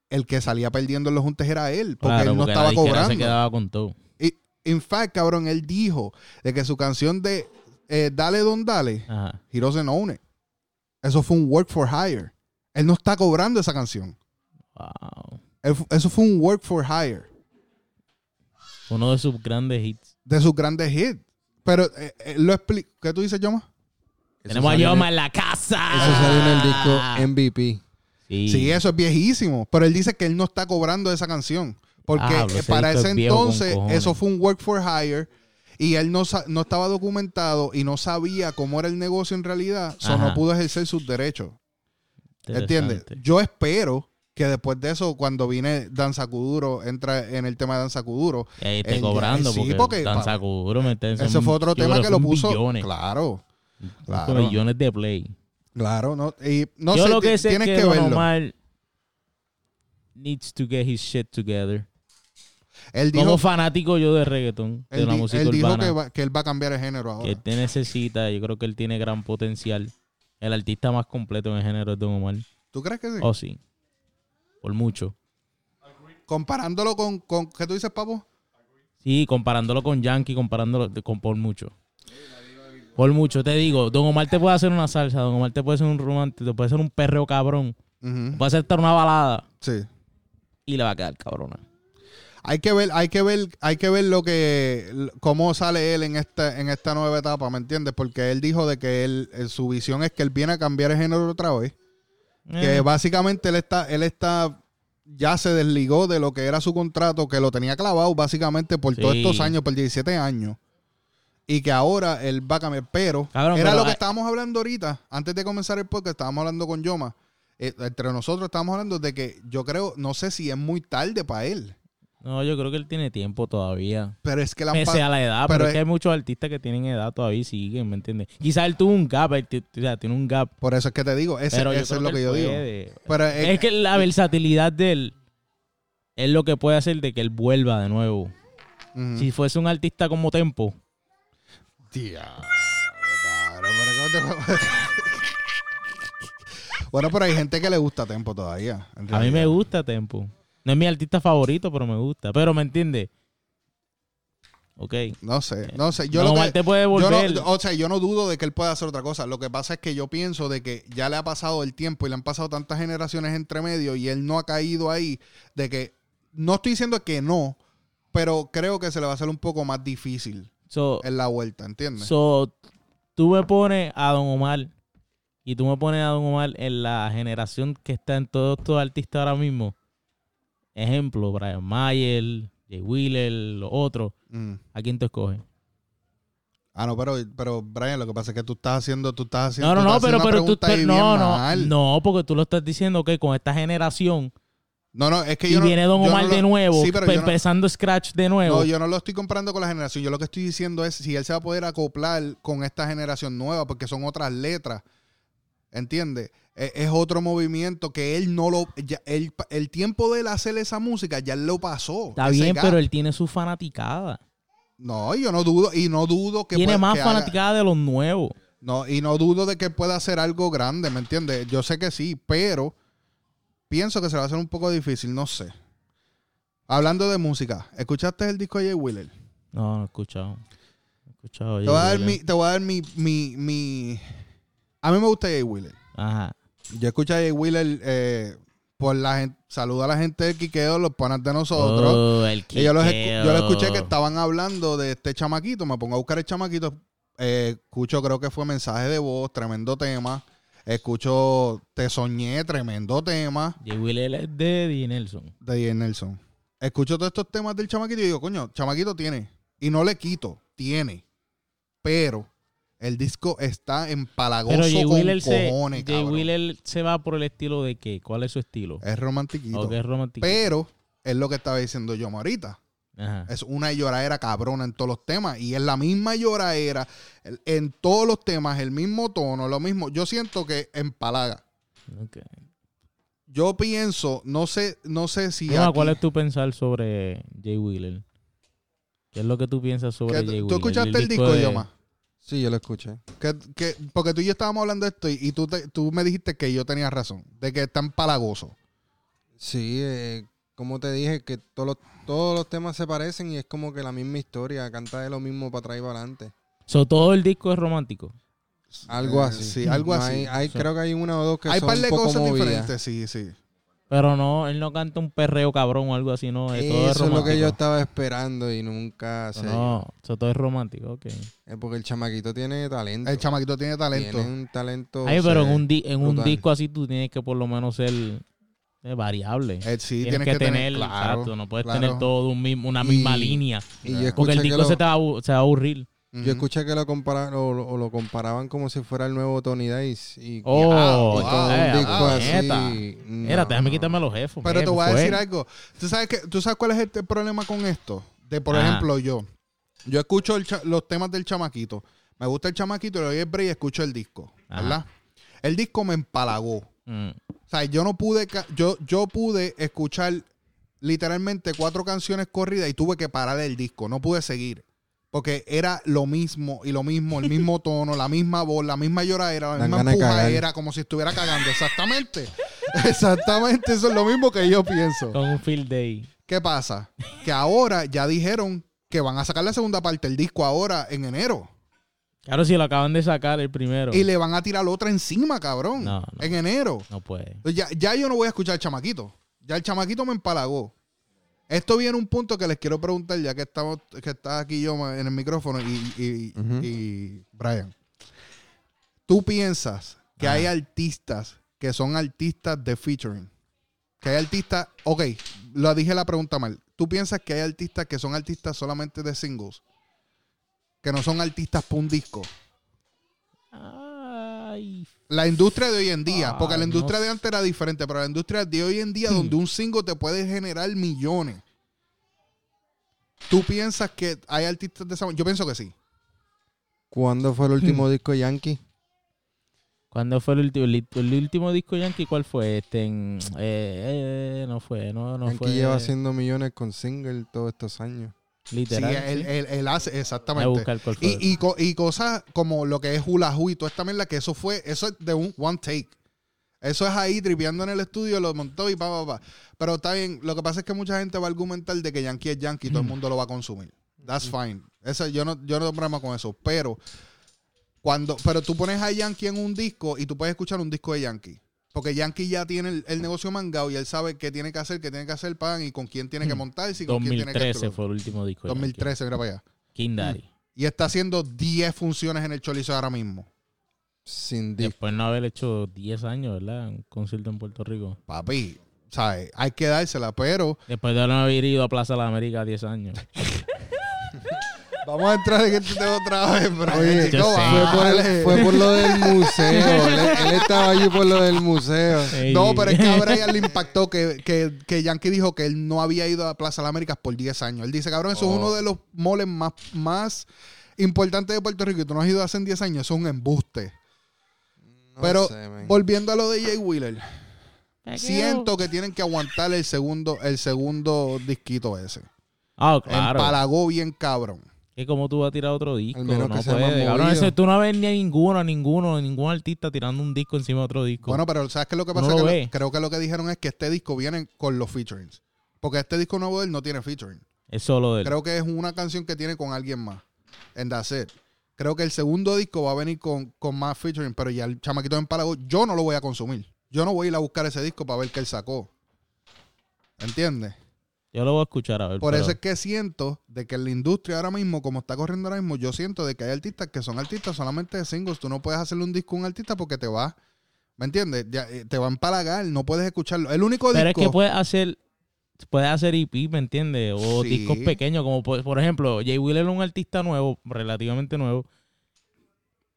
Speaker 1: el que salía perdiendo en los juntes era él, porque
Speaker 2: Claro,
Speaker 1: él no
Speaker 2: porque
Speaker 1: estaba
Speaker 2: la disquera
Speaker 1: cobrando.
Speaker 2: se quedaba con todo.
Speaker 1: Y, in fact, cabrón, él dijo de que su canción de eh, Dale Don Dale,
Speaker 2: Ajá.
Speaker 1: Hirose no une. Eso fue un work for hire. Él no está cobrando esa canción.
Speaker 2: Wow.
Speaker 1: Él fu- Eso fue un work for hire
Speaker 2: Uno de sus grandes hits.
Speaker 1: de sus grandes hits. Pero eh, eh, lo explico. ¿Qué tú dices, Yoma?
Speaker 2: Tenemos a Ah.
Speaker 5: salió en
Speaker 2: Yoma
Speaker 5: el-
Speaker 2: en la casa.
Speaker 5: Eso salió en el disco MVP.
Speaker 2: Sí.
Speaker 1: Sí, eso es viejísimo. Pero él dice que él no está cobrando esa canción. Porque
Speaker 2: Diablo,
Speaker 1: eh,
Speaker 2: ese
Speaker 1: para
Speaker 2: disco
Speaker 1: ese
Speaker 2: es viejo con
Speaker 1: entonces
Speaker 2: cojones.
Speaker 1: eso fue un work for hire y él no, sa- no estaba documentado y no sabía cómo era el negocio en realidad. O no
Speaker 2: Ajá.
Speaker 1: pudo ejercer sus derechos. ¿Entiendes?
Speaker 2: Interesante.
Speaker 1: Yo espero que después de eso, cuando viene Danza Kuduro, entra en el tema de Danza Kuduro.
Speaker 2: Y ahí
Speaker 1: Eh,
Speaker 2: esté cobrando
Speaker 1: sí,
Speaker 2: porque,
Speaker 1: porque,
Speaker 2: tan
Speaker 1: pa-
Speaker 2: seguro me está-
Speaker 1: Ese
Speaker 2: son-
Speaker 1: fue otro
Speaker 2: yo
Speaker 1: tema
Speaker 2: creo
Speaker 1: que lo
Speaker 2: son
Speaker 1: puso.
Speaker 2: billones.
Speaker 1: Claro,
Speaker 2: Son
Speaker 1: claro.
Speaker 2: billones de play.
Speaker 1: claro. No, y no
Speaker 2: yo
Speaker 1: sé,
Speaker 2: lo
Speaker 1: ti-
Speaker 2: que sé es
Speaker 1: tienes
Speaker 2: que,
Speaker 1: que,
Speaker 2: Don
Speaker 1: verlo.
Speaker 2: Omar needs to get his shit together.
Speaker 1: él
Speaker 2: Como
Speaker 1: dijo,
Speaker 2: fanático yo de reggaetón, de
Speaker 1: él
Speaker 2: la
Speaker 1: di-
Speaker 2: música
Speaker 1: él dijo
Speaker 2: urbana.
Speaker 1: que, va- que él va a cambiar el género
Speaker 2: que
Speaker 1: ahora.
Speaker 2: él te necesita, yo creo que él tiene gran potencial. El artista más completo en el género es Don Omar.
Speaker 1: ¿Tú crees que sí?
Speaker 2: Oh, sí. Por mucho.
Speaker 1: Comparándolo con, con... ¿Qué tú dices, papo?
Speaker 2: Sí, comparándolo con Yankee, comparándolo de- con por mucho. Por mucho, te digo, Don Omar te puede hacer una salsa, Don Omar te puede hacer un romántico, te puede hacer un perreo cabrón, te
Speaker 1: Ujú,
Speaker 2: puede hacer hasta una balada
Speaker 1: Sí.
Speaker 2: y le va a quedar cabrona.
Speaker 1: Hay que ver, hay que ver, hay que ver lo que l- cómo sale él en esta en esta nueva etapa, ¿me entiendes? Porque él dijo de que él eh, su visión es que él viene a cambiar el género otra vez. Que
Speaker 2: Eh,
Speaker 1: básicamente él está, él está, ya se desligó de lo que era su contrato, que lo tenía clavado básicamente por todos
Speaker 2: Sí.
Speaker 1: estos años, por 17 años. Y que ahora él va a cambiar. Pero
Speaker 2: Cabrón,
Speaker 1: era
Speaker 2: pero
Speaker 1: lo que
Speaker 2: hay-
Speaker 1: estábamos hablando ahorita, antes de comenzar el podcast, estábamos hablando con Yoma. Eh, entre nosotros estábamos hablando de que yo creo, no sé si es muy tarde para él,
Speaker 2: No, yo creo que él tiene tiempo todavía.
Speaker 1: pero es que la han
Speaker 2: Pese
Speaker 1: pa-
Speaker 2: a la edad,
Speaker 1: pero
Speaker 2: pero, es
Speaker 1: es-
Speaker 2: que hay muchos artistas que tienen edad todavía y siguen, ¿me entiendes? Quizás él tuvo un gap, él ti- o sea, tiene un gap.
Speaker 1: Por eso es que te digo, ese,
Speaker 2: pero yo
Speaker 1: ese es
Speaker 2: creo
Speaker 1: lo que,
Speaker 2: él
Speaker 1: yo digo.
Speaker 2: puede.
Speaker 1: Pero eh,
Speaker 2: Es que la versatilidad de él es lo que puede hacer de que él vuelva de nuevo.
Speaker 1: ujú.
Speaker 2: Si fuese un artista como Tempo,
Speaker 1: Tía. cabrón, pero ¿cómo te- bueno, pero hay gente que le gusta Tempo todavía. en
Speaker 2: a mí me
Speaker 1: realidad.
Speaker 2: gusta Tempo. No es mi artista favorito, pero me gusta. Pero me entiende. Ok.
Speaker 1: No sé, no sé. Yo
Speaker 2: Don
Speaker 1: lo que-
Speaker 2: Omar te puede
Speaker 1: yo no-
Speaker 2: volver.
Speaker 1: o sea, yo no dudo de que él pueda hacer otra cosa. Lo que pasa es que yo pienso de que ya le ha pasado el tiempo y le han pasado tantas generaciones entre medio y él no ha caído ahí. De que no estoy diciendo que no, pero creo que se le va a hacer un poco más difícil
Speaker 2: So,
Speaker 1: en la vuelta, ¿entiendes?
Speaker 2: so, tú me pones a Don Omar y tú me pones a Don Omar en la generación que está en todos estos artistas ahora mismo. Ejemplo, Brian Mayer, Jay Wheeler, los otros.
Speaker 1: Mm.
Speaker 2: ¿A quién tú escoges?
Speaker 1: Ah, no, pero, pero Brian, lo que pasa es que tú estás haciendo, tú estás haciendo.
Speaker 2: No, no,
Speaker 1: tú
Speaker 2: no,
Speaker 1: estás
Speaker 2: pero,
Speaker 1: haciendo
Speaker 2: pero
Speaker 1: una
Speaker 2: tú...
Speaker 1: pregunta ahí
Speaker 2: pero- no,
Speaker 1: bien
Speaker 2: no,
Speaker 1: mal.
Speaker 2: no, porque tú lo estás diciendo que con esta generación
Speaker 1: No, no, es que
Speaker 2: y
Speaker 1: yo no-
Speaker 2: viene Don
Speaker 1: yo no
Speaker 2: Omar
Speaker 1: lo-
Speaker 2: de nuevo,
Speaker 1: Sí, pero
Speaker 2: pe-
Speaker 1: yo no,
Speaker 2: empezando Scratch de nuevo.
Speaker 1: no, yo no lo estoy comparando con la generación. Yo lo que estoy diciendo es si él se va a poder acoplar con esta generación nueva, porque son otras letras. ¿Entiendes? Es, es otro movimiento que él no lo. ya- él- el tiempo de él hacer esa música ya él lo pasó.
Speaker 2: Está
Speaker 1: ese
Speaker 2: bien,
Speaker 1: gap.
Speaker 2: pero él tiene su fanaticada.
Speaker 1: No, yo no dudo. Y no dudo que.
Speaker 2: Tiene
Speaker 1: pueda-
Speaker 2: más
Speaker 1: que haga-
Speaker 2: fanaticada de los nuevos.
Speaker 1: No, y no dudo de que pueda hacer algo grande, ¿me entiendes? Yo sé que sí, pero pienso que se le va a hacer un poco difícil, no sé. Hablando de música, ¿escuchaste el disco de Jay Wheeler?
Speaker 2: No, no he escuchado. No he escuchado.
Speaker 1: Te
Speaker 2: yo,
Speaker 1: voy a dar,
Speaker 2: yo-
Speaker 1: mi, te voy a, dar mi, mi, mi- A mí me gusta Jay Wheeler.
Speaker 2: Ajá.
Speaker 1: Yo escuché a Jay Wheeler eh, por la gente... Saluda a la gente del Quiqueo, los panas de nosotros.
Speaker 2: Oh, el
Speaker 1: Y yo, los escu-
Speaker 2: quiqueo.
Speaker 1: yo lo escuché que estaban hablando de este chamaquito. Me pongo a buscar el chamaquito. Eh, escucho, creo que fue mensaje de voz, tremendo tema. Escucho Te Soñé, tremendo tema
Speaker 2: Jay Wheeler es de D. Nelson.
Speaker 1: de J. Nelson. escucho todos estos temas del chamaquito y digo, coño, chamaquito tiene. Y no le quito, tiene. Pero el disco está empalagoso
Speaker 2: Pero Jay
Speaker 1: con
Speaker 2: Wheeler, se,
Speaker 1: cojones,
Speaker 2: Jay
Speaker 1: cabrón.
Speaker 2: Wheeler se va por el estilo de qué? ¿Cuál es su estilo?
Speaker 1: Es romantiquito.
Speaker 2: ¿O qué es romántico?
Speaker 1: Pero es lo que estaba diciendo yo ahorita.
Speaker 2: Ajá.
Speaker 1: Es una lloradera cabrona en todos los temas. Y es la misma lloradera el- en todos los temas, el mismo tono, lo mismo. Yo siento que empalaga.
Speaker 2: Ok.
Speaker 1: Yo pienso, no sé, no sé si.
Speaker 2: Emma,
Speaker 1: aquí-
Speaker 2: ¿cuál es tu pensar sobre Jay Wheeler? ¿Qué es lo que tú piensas sobre
Speaker 1: que-
Speaker 2: Jay Wheeler?
Speaker 1: ¿Tú escuchaste el disco,
Speaker 2: de-
Speaker 1: Yoma?
Speaker 5: Sí, yo lo escuché.
Speaker 1: Que, que- porque tú y yo estábamos hablando de esto y, y tú, te- tú me dijiste que yo tenía razón, de que está empalagoso.
Speaker 5: Sí, eh, como te dije, que todos los, todos los temas se parecen y es como que la misma historia, canta de lo mismo para atrás y para adelante.
Speaker 2: So, todo el disco es romántico.
Speaker 5: Algo
Speaker 1: Eh,
Speaker 5: así.
Speaker 1: sí, algo
Speaker 5: No
Speaker 1: así.
Speaker 5: Hay, hay-
Speaker 2: Sí.
Speaker 5: Creo que hay una o dos que
Speaker 1: Hay
Speaker 5: son
Speaker 1: par de
Speaker 5: un poco
Speaker 1: cosas
Speaker 5: movidas.
Speaker 1: diferentes, sí, sí.
Speaker 2: Pero no, él no canta un perreo cabrón o algo así, no. es todo es
Speaker 5: Eso es lo
Speaker 2: romántico.
Speaker 5: que yo estaba esperando y nunca se
Speaker 2: No, so, todo es romántico, ok.
Speaker 5: dio. Es porque el chamaquito tiene talento.
Speaker 1: El chamaquito tiene talento.
Speaker 5: Tiene un talento.
Speaker 2: Ay,
Speaker 5: o
Speaker 2: pero en
Speaker 5: sea,
Speaker 2: un, di- en un
Speaker 5: brutal.
Speaker 2: disco así tú tienes que por lo menos ser eh, variable.
Speaker 1: Eh, sí,
Speaker 2: tienes, que, tener,
Speaker 1: claro,
Speaker 2: exacto, no puedes
Speaker 1: claro.
Speaker 2: tener todo de un mismo- una
Speaker 5: Y-
Speaker 2: misma línea.
Speaker 5: Y yo
Speaker 2: Porque
Speaker 5: escuché,
Speaker 2: el
Speaker 5: que
Speaker 2: disco
Speaker 5: lo,
Speaker 2: se, te va a, abu- se va a aburrir.
Speaker 1: Ujú.
Speaker 5: yo escuché que lo, compara- o lo, o lo comparaban como si fuera el nuevo Tony Dice. Y,
Speaker 2: Oh,
Speaker 5: y todo
Speaker 2: eh,
Speaker 5: un disco
Speaker 2: ah,
Speaker 5: así.
Speaker 2: neta.
Speaker 5: no.
Speaker 2: Mira, déjame quitarme los eh, jefes.
Speaker 1: Pero te
Speaker 2: jefe,
Speaker 1: voy a
Speaker 2: fue.
Speaker 1: decir algo. ¿Tú sabes, que, ¿Tú sabes cuál es el problema con esto? De, por
Speaker 2: Ah.
Speaker 1: ejemplo, yo. Yo escucho el cha- los temas del chamaquito. Me gusta el chamaquito, le doy el break y escucho el disco.
Speaker 2: Ajá.
Speaker 1: ¿Verdad? El disco me empalagó.
Speaker 2: Mm.
Speaker 1: O sea, yo no pude, ca- yo, yo pude escuchar literalmente cuatro canciones corridas y tuve que parar el disco, no pude seguir. Porque era lo mismo y lo mismo, el mismo tono, la misma voz, la misma lloradera, la
Speaker 5: Dan
Speaker 1: misma
Speaker 5: ganas de cagar.
Speaker 1: empujadera, como si estuviera cagando. Exactamente. Exactamente, eso es lo mismo que yo pienso.
Speaker 2: Con un field day.
Speaker 1: ¿Qué pasa? Que ahora ya dijeron que van a sacar la segunda parte del disco ahora en enero.
Speaker 2: Claro, si lo acaban de sacar el primero.
Speaker 1: Y le van a tirar otra encima, cabrón.
Speaker 2: No, no.
Speaker 1: En enero.
Speaker 2: No puede.
Speaker 1: Ya, ya yo no voy a escuchar al chamaquito. Ya el chamaquito me empalagó. Esto viene un punto que les quiero preguntar, ya que estamos, que está aquí yo ma- en el micrófono y, y-
Speaker 5: Ujú.
Speaker 1: y Brian. ¿Tú piensas que hay artistas que son artistas de featuring? Que hay artistas, ok, lo dije la pregunta mal. ¿Tú piensas que hay artistas que son artistas solamente de singles? Que no son artistas por un disco.
Speaker 2: Ay,
Speaker 1: La industria de hoy en día,
Speaker 2: Ah,
Speaker 1: porque la
Speaker 2: no
Speaker 1: industria
Speaker 2: sé.
Speaker 1: de antes era diferente, pero la industria de hoy en día, donde un single te puede generar millones. ¿Tú piensas que hay artistas de esa Yo pienso que sí.
Speaker 5: ¿Cuándo
Speaker 1: Hmm.
Speaker 5: fue el último disco Yankee?
Speaker 2: ¿Cuándo fue el último, el, el último disco Yankee? ¿Cuál fue? Este, en- eh, eh, no fue, no, no
Speaker 5: Yankee
Speaker 2: fue.
Speaker 5: lleva haciendo millones con single todos estos años.
Speaker 1: Sí,
Speaker 2: Literal.
Speaker 1: él, él- él hace,
Speaker 2: Voy a
Speaker 1: exactamente.
Speaker 2: buscar cuál fue.
Speaker 1: Y, y, co- y cosas como lo que es Hula Hu y toda esta mierda, que eso fue, eso es de un one take. Eso es ahí tripeando en el estudio, lo montó y pa, pa, pa. Pero está bien, lo que pasa es que mucha gente va a argumentar de que Yankee es Yankee y
Speaker 2: Mm.
Speaker 1: todo el mundo lo va a consumir. That's fine. Eso, yo no yo no tengo problema con eso. Pero cuando pero tú pones a Yankee en un disco y tú puedes escuchar un disco de Yankee. Porque Yankee ya tiene el, el negocio mangado y él sabe qué tiene que hacer, qué tiene que hacer, pagan y con quién
Speaker 2: Mm.
Speaker 1: tiene que montarse y con quién tiene que
Speaker 2: 2013
Speaker 1: esto.
Speaker 2: fue el último disco. de Yankee.
Speaker 1: 2013, mira para allá
Speaker 2: King Daddy.
Speaker 1: y está haciendo 10 funciones en el Cholizo ahora mismo.
Speaker 5: Sin disco.
Speaker 2: Después de no haber hecho 10 años, ¿verdad? Un concierto en Puerto Rico.
Speaker 1: Papi, ¿sabes? Hay que dársela, pero
Speaker 2: Después de no haber ido a Plaza de la América 10 años.
Speaker 1: vamos a entrar en este tema otra vez, pero
Speaker 5: Oye,
Speaker 1: chico,
Speaker 2: yo sé.
Speaker 5: Fue por,
Speaker 1: vale.
Speaker 5: el- fue por lo del museo. él, él estaba allí por lo del museo.
Speaker 1: No, pero es que a Brian le impactó que, que, que Yankee dijo que él no había ido a Plaza de las Américas por 10 años. Él dice, cabrón, eso es
Speaker 5: Oh.
Speaker 1: uno de los moles más, más importantes de Puerto Rico y tú no has ido hace 10 años. Eso es un embuste.
Speaker 5: No
Speaker 1: pero
Speaker 5: sé, man.
Speaker 1: volviendo a lo de Jay Wheeler, siento que tienen que aguantar el segundo, el segundo disquito ese.
Speaker 2: Ah, claro.
Speaker 1: Empalagó bien cabrón.
Speaker 2: Que como tú vas a tirar otro disco.
Speaker 5: Al menos
Speaker 2: no
Speaker 5: que sea
Speaker 2: puede.
Speaker 5: más
Speaker 2: Cabrón,
Speaker 5: movido.
Speaker 2: ese tú no ves ni a ninguno, a ninguno, a ningún artista tirando un disco encima de otro disco.
Speaker 1: Bueno, pero ¿sabes qué es lo que
Speaker 2: Uno
Speaker 1: pasa?
Speaker 2: lo
Speaker 1: Que lo-
Speaker 2: ve.
Speaker 1: creo que lo que dijeron es que este disco viene con los featurings. Porque este disco nuevo de él no tiene featuring.
Speaker 2: es solo de él.
Speaker 1: Creo que es una canción que tiene con alguien más. En That's It. Creo que el segundo disco va a venir con, con más featuring, pero ya el chamaquito de Empalago, yo no lo voy a consumir. Yo no voy a ir a buscar ese disco para ver qué él sacó. ¿Entiendes?
Speaker 2: Yo lo voy a escuchar a ver.
Speaker 1: Por
Speaker 2: pero-
Speaker 1: eso es que siento de que la industria ahora mismo, como está corriendo ahora mismo, yo siento de que hay artistas que son artistas solamente de singles. Tú no puedes hacerle un disco a un artista porque te va, ¿me entiendes? Ya, eh, te va a empalagar, no puedes escucharlo. El único
Speaker 2: Pero es
Speaker 1: disco...
Speaker 2: que puedes hacer puedes hacer EP, ¿me entiendes? O
Speaker 1: Sí.
Speaker 2: discos pequeños, como por, por ejemplo, Jay Wheeler es un artista nuevo, relativamente nuevo.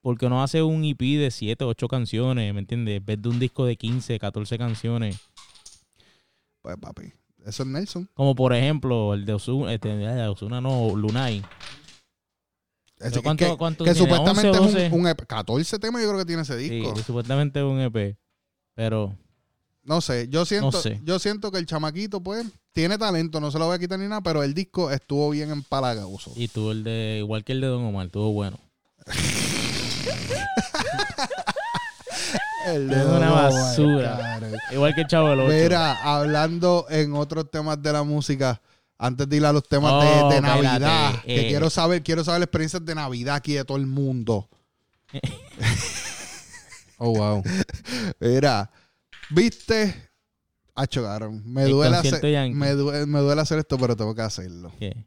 Speaker 2: Porque no hace un EP de 7, 8 canciones, ¿me entiendes? En vez de un disco de 15, 14 canciones.
Speaker 1: Pues papi, eso es Nelson.
Speaker 2: Como por ejemplo, el de Osuna, este, el de Ozuna no, Lunay.
Speaker 1: Es
Speaker 2: Pero ¿cuánto-
Speaker 1: que,
Speaker 2: cuánto
Speaker 1: que
Speaker 2: tiene?
Speaker 1: supuestamente
Speaker 2: 11,
Speaker 1: es
Speaker 2: 12.
Speaker 1: un, un EP. 14 temas yo creo que tiene ese
Speaker 2: Sí,
Speaker 1: disco.
Speaker 2: que supuestamente es un EP. Pero
Speaker 1: No sé, yo siento,
Speaker 2: sé.
Speaker 1: yo siento que el chamaquito, pues, tiene talento, no se lo voy a quitar ni nada, pero el disco estuvo bien empalagoso.
Speaker 2: Y tú el de, igual que el de Don Omar, estuvo bueno.
Speaker 1: El
Speaker 2: Es
Speaker 1: dedo
Speaker 2: una
Speaker 1: no va,
Speaker 2: basura.
Speaker 1: cabrón.
Speaker 2: Igual que el Chavo del Ocho.
Speaker 1: Mira, hablando en otros temas de la música, antes de ir a los temas de-
Speaker 2: Oh,
Speaker 1: de,
Speaker 2: espérate,
Speaker 1: Navidad, que
Speaker 2: eh.
Speaker 1: quiero saber, quiero saber experiencias de Navidad aquí de todo el mundo.
Speaker 5: Oh, wow.
Speaker 1: Mira, viste, ah, chocaron. Me
Speaker 2: El
Speaker 1: duele
Speaker 2: concierto
Speaker 1: hacer,
Speaker 2: yankee.
Speaker 1: me duele, me duele hacer esto, pero tengo que hacerlo.
Speaker 2: ¿Qué?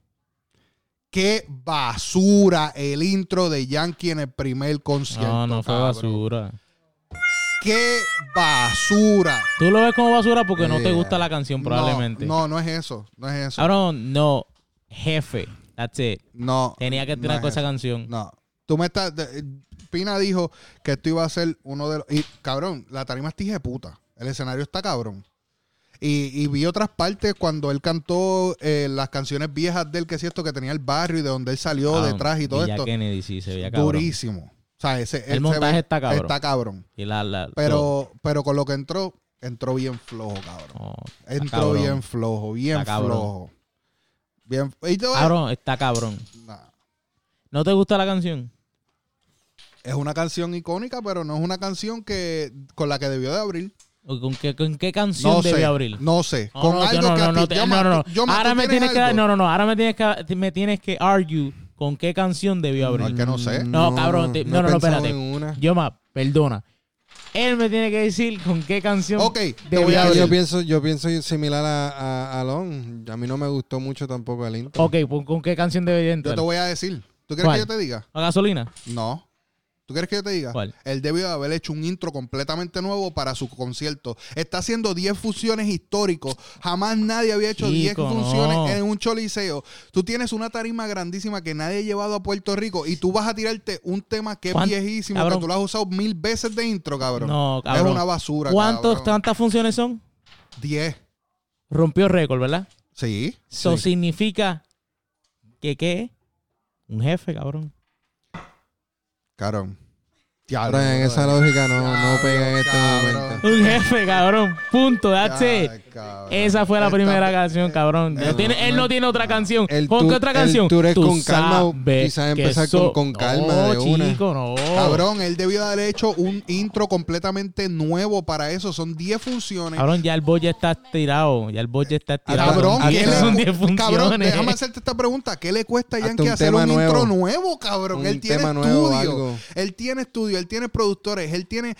Speaker 1: Qué basura el intro de Yankee en el primer concierto.
Speaker 2: No, no fue
Speaker 1: cabrón.
Speaker 2: basura.
Speaker 1: Qué basura.
Speaker 2: Tú lo ves como basura porque no te
Speaker 5: Yeah.
Speaker 2: gusta la canción probablemente.
Speaker 1: No, no, no es eso. No es eso.
Speaker 2: Cabrón, no. Jefe. That's it.
Speaker 1: no.
Speaker 2: Tenía que
Speaker 1: no
Speaker 2: tirar
Speaker 1: es
Speaker 2: con esa
Speaker 1: eso.
Speaker 2: canción.
Speaker 1: No. Tú me estás. de- Pina dijo que esto iba a ser uno de los. Y, cabrón, la tarima está hija de puta. El escenario está cabrón. Y, y vi otras partes cuando él cantó eh, las canciones viejas de él, que es cierto, que tenía el barrio y de donde él salió
Speaker 2: Cabrón,
Speaker 1: detrás y todo
Speaker 2: Villa
Speaker 1: esto.
Speaker 2: Kennedy, sí, se veía cabrón.
Speaker 1: Durísimo. O sea, ese, él se
Speaker 2: El montaje
Speaker 1: ve-
Speaker 2: está cabrón.
Speaker 1: Está cabrón.
Speaker 2: Y la, la- todo.
Speaker 1: Pero, pero con lo que entró, entró bien flojo, cabrón.
Speaker 2: No, Oh, está
Speaker 1: Entró
Speaker 2: cabrón.
Speaker 1: bien flojo, bien
Speaker 2: Está cabrón.
Speaker 1: flojo. Bien. y te voy a-
Speaker 2: Cabrón, está cabrón.
Speaker 1: Nah.
Speaker 2: ¿No te gusta la canción?
Speaker 1: Es una canción icónica, pero no es una canción que con la que debió de abrir.
Speaker 2: ¿O ¿Con qué, con qué canción
Speaker 1: No
Speaker 2: debe
Speaker 1: sé.
Speaker 2: abrir?
Speaker 1: No sé.
Speaker 2: No,
Speaker 1: Oh, con
Speaker 2: no,
Speaker 1: algo
Speaker 2: yo no,
Speaker 1: que
Speaker 2: no,
Speaker 1: a ti-
Speaker 2: no, te-
Speaker 1: yo
Speaker 2: no, no, no.
Speaker 1: yo- yo-
Speaker 2: Ahora
Speaker 1: ¿tú
Speaker 2: me tienes que dar-
Speaker 1: algo?
Speaker 2: no, no, no, ahora me tienes que me tienes que argue con qué canción debió abrir.
Speaker 1: No, es que no sé.
Speaker 2: No, cabrón, te- no,
Speaker 5: he
Speaker 2: no, no,
Speaker 5: pensado
Speaker 2: espérate.
Speaker 5: en una.
Speaker 2: Yo más, perdona. Él me tiene que decir con qué canción
Speaker 1: Ok, te
Speaker 2: debió
Speaker 1: voy a
Speaker 2: abrir.
Speaker 5: Yo pienso, yo pienso similar a, a, a Lon. A mí no me gustó mucho tampoco el intro.
Speaker 2: Ok, pues, ¿con qué canción debería
Speaker 1: Yo
Speaker 2: entrar?
Speaker 1: te voy a decir. ¿Tú quieres
Speaker 2: ¿Cuál?
Speaker 1: que yo te diga?
Speaker 2: ¿A gasolina?
Speaker 1: No. ¿Tú quieres que yo te diga?
Speaker 2: ¿Cuál?
Speaker 1: Él debió de haber hecho un intro completamente nuevo para su concierto. Está haciendo 10 fusiones históricos. Jamás nadie había hecho 10
Speaker 2: Chico,
Speaker 1: funciones
Speaker 2: no.
Speaker 1: en un choliseo. Tú tienes una tarima grandísima que nadie ha llevado a Puerto Rico y tú vas a tirarte un tema que es
Speaker 2: ¿Cuán-
Speaker 1: viejísimo,
Speaker 2: cabrón?
Speaker 1: que tú lo has usado mil veces de intro, cabrón.
Speaker 2: No, cabrón.
Speaker 1: Es una basura,
Speaker 2: ¿Cuántos,
Speaker 1: cabrón.
Speaker 2: tantas funciones son?
Speaker 1: 10.
Speaker 2: Rompió récord, ¿verdad?
Speaker 1: Sí.
Speaker 2: Eso
Speaker 5: Sí.
Speaker 2: significa que qué? Un jefe, cabrón.
Speaker 1: Cabrón.
Speaker 5: Pero en esa lógica no, no pega en este
Speaker 1: Cabrón,
Speaker 5: momento.
Speaker 2: Un jefe, cabrón. Punto, that's it. Esa fue la primera
Speaker 1: canción.
Speaker 2: canción, cabrón. No
Speaker 1: el-
Speaker 2: tiene- él no tiene otra canción.
Speaker 5: el
Speaker 2: ¿Con
Speaker 5: tú-
Speaker 2: qué otra
Speaker 5: el
Speaker 2: canción?
Speaker 5: tú eres con calma,
Speaker 2: sabes
Speaker 5: quizás
Speaker 2: que
Speaker 5: empezar con-
Speaker 2: eso-
Speaker 5: con calma
Speaker 2: No,
Speaker 5: de una.
Speaker 2: chico, no.
Speaker 1: Cabrón, él debió de haber hecho un intro completamente nuevo para eso. Son 10 funciones.
Speaker 2: Cabrón, ya el bot ya está estirado. Ya el bot ya está estirado.
Speaker 1: Cabrón,
Speaker 5: Hasta-
Speaker 1: ¿qué
Speaker 2: Y
Speaker 1: le
Speaker 2: son
Speaker 1: cu-
Speaker 2: 10
Speaker 1: cabrón,
Speaker 2: funciones.
Speaker 1: déjame hacerte esta pregunta. ¿Qué le cuesta a
Speaker 5: Hazte
Speaker 1: Yankee
Speaker 5: un
Speaker 1: hacer
Speaker 5: tema
Speaker 1: un intro
Speaker 5: nuevo.
Speaker 1: nuevo, cabrón?
Speaker 5: Un
Speaker 1: él tiene
Speaker 5: tema
Speaker 1: estudio.
Speaker 5: nuevo, algo.
Speaker 1: Él tiene estudio, él tiene productores, él tiene.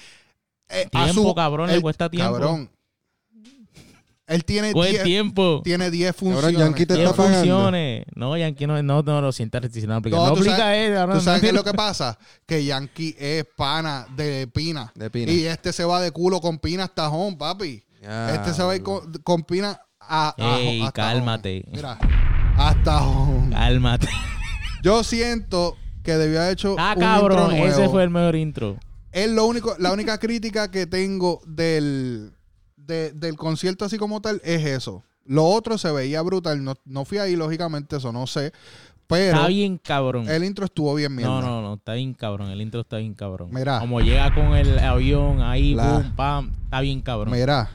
Speaker 1: eh, a
Speaker 2: Tiempo, cabrón, le
Speaker 1: él-
Speaker 2: cuesta tiempo.
Speaker 1: Cabrón. Él tiene
Speaker 2: Buen
Speaker 1: 10
Speaker 2: tiempo.
Speaker 1: tiene 10
Speaker 5: Cabrón,
Speaker 1: funciones.
Speaker 5: Yankee te
Speaker 2: Diez
Speaker 5: está pagando.
Speaker 2: funciones. No, Yankee, no, no, no, lo sientas restriccionado. No, aplica. no
Speaker 1: tú
Speaker 2: aplica
Speaker 1: sabes-
Speaker 2: él, cabrón.
Speaker 1: ¿Tú sabes
Speaker 2: no
Speaker 1: qué es
Speaker 2: tiene-
Speaker 1: lo que pasa? Que Yankee es pana de Pina.
Speaker 5: De Pina.
Speaker 1: Y este se va de culo con Pina hasta home, papi.
Speaker 5: Ya,
Speaker 1: este se va a ir con, con Pina a, a-
Speaker 2: Ey,
Speaker 1: hasta
Speaker 2: cálmate.
Speaker 1: home. Mira, hasta home.
Speaker 2: Cálmate.
Speaker 1: Yo siento que debió haber hecho
Speaker 2: Ah,
Speaker 1: un
Speaker 2: cabrón.
Speaker 1: intro nuevo.
Speaker 2: Ese fue el mejor intro.
Speaker 1: Es lo único, la única crítica que tengo del, de- del concierto así como tal es eso. Lo otro se veía brutal. No, no fui ahí, lógicamente, eso no sé. Pero
Speaker 2: Está bien, cabrón.
Speaker 1: el intro estuvo bien, mierda.
Speaker 2: No, no, no, está bien cabrón. El intro está bien cabrón.
Speaker 1: Mira.
Speaker 2: Como llega con el avión ahí,
Speaker 1: La-
Speaker 2: pum, pam, está bien cabrón.
Speaker 1: Mira,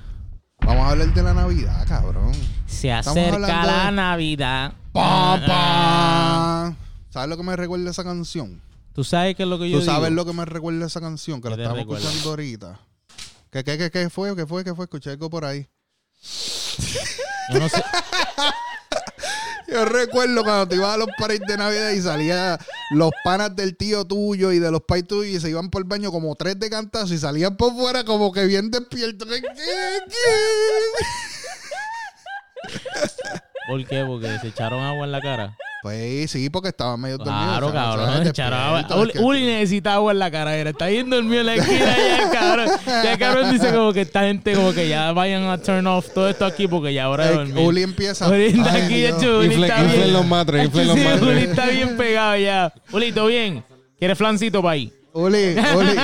Speaker 1: vamos a hablar de la Navidad, cabrón.
Speaker 2: Se
Speaker 1: estamos
Speaker 2: acerca
Speaker 1: hablando
Speaker 2: la
Speaker 1: de-
Speaker 2: Navidad.
Speaker 1: ¡Pam,
Speaker 2: Ah,
Speaker 1: pam! ¿Sabes lo que me recuerda esa canción?
Speaker 2: Tú sabes qué es lo que yo
Speaker 1: ¿Tú sabes
Speaker 2: digo?
Speaker 1: lo que me recuerda esa canción? Que
Speaker 2: ¿Qué
Speaker 1: la
Speaker 2: te
Speaker 1: estamos
Speaker 2: recuerda?
Speaker 1: escuchando ahorita. ¿Qué, qué, qué, qué fue? ¿Qué fue? ¿Qué fue? Escuché algo por ahí.
Speaker 2: Yo no sé.
Speaker 1: Yo recuerdo cuando te ibas a los parties de Navidad y salía los panas del tío tuyo y de los pais tuyos y se iban por el baño como tres de cantazo y salían por fuera como que bien despiertos.
Speaker 2: ¿Por qué? Porque se echaron agua en la cara.
Speaker 1: Pues sí, porque estaba medio dormido.
Speaker 2: Claro,
Speaker 1: o sea, o sea,
Speaker 2: cabrón.
Speaker 1: despierto,
Speaker 2: Charaba.
Speaker 1: es
Speaker 2: Uli,
Speaker 1: que-
Speaker 2: Uli necesita agua en la carrera. Está bien dormido en la esquina ya, el cabrón. Ya el cabrón dice como que esta gente como que ya vayan a turn off todo esto aquí porque ya ahora de
Speaker 1: Eh,
Speaker 2: dormir.
Speaker 1: Uli empieza.
Speaker 2: Uli está
Speaker 1: Ay,
Speaker 2: aquí,
Speaker 1: Dios.
Speaker 2: ya hecho, Uli
Speaker 5: Infle-
Speaker 2: está
Speaker 5: inflen
Speaker 2: bien.
Speaker 5: los matres, inflen los
Speaker 2: Sí,
Speaker 5: matres.
Speaker 2: Uli está bien pegado ya. Uli, ¿todo bien? ¿Quieres flancito para ahí?
Speaker 1: Uli, Uli, d-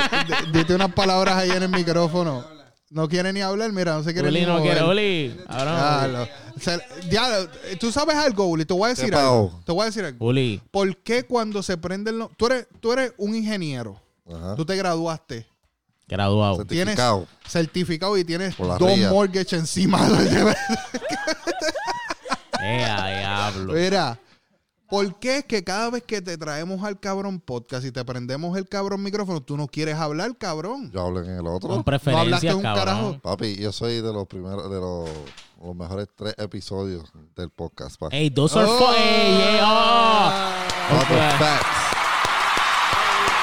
Speaker 1: dite unas palabras ahí en el micrófono. No quiere ni hablar, mira, no se quiere
Speaker 2: Uli
Speaker 1: ni
Speaker 2: no
Speaker 1: mover.
Speaker 2: quiere, Uli. Cabrón.
Speaker 1: Ya, lo- se- ya, lo- tú sabes algo, Uli, te voy a decir
Speaker 6: pasó?
Speaker 1: algo. Te voy a decir algo.
Speaker 2: Uli.
Speaker 1: ¿Por qué cuando se prenden los... Tú eres, tú eres un ingeniero,
Speaker 6: Ajá.
Speaker 1: tú te graduaste,
Speaker 2: Graduado.
Speaker 1: tienes
Speaker 6: Certificado.
Speaker 1: certificado y tienes
Speaker 6: Por la
Speaker 1: dos
Speaker 6: ría.
Speaker 1: mortgages encima. de-
Speaker 2: Eh, a diablo.
Speaker 1: Mira, ¿por qué es que cada vez que te traemos al cabrón podcast y te prendemos el cabrón micrófono, tú no quieres hablar, cabrón?
Speaker 6: Yo hablo en el otro.
Speaker 1: No
Speaker 2: Con
Speaker 1: hablaste
Speaker 2: preferencias,
Speaker 1: un
Speaker 2: cabrón.
Speaker 1: carajo.
Speaker 6: Papi, yo soy de los primeros, de los, los mejores tres episodios del podcast. pa.
Speaker 2: Ey, dos are fu- Ey, ey, oh.
Speaker 6: Papi,
Speaker 2: ok.
Speaker 6: facts.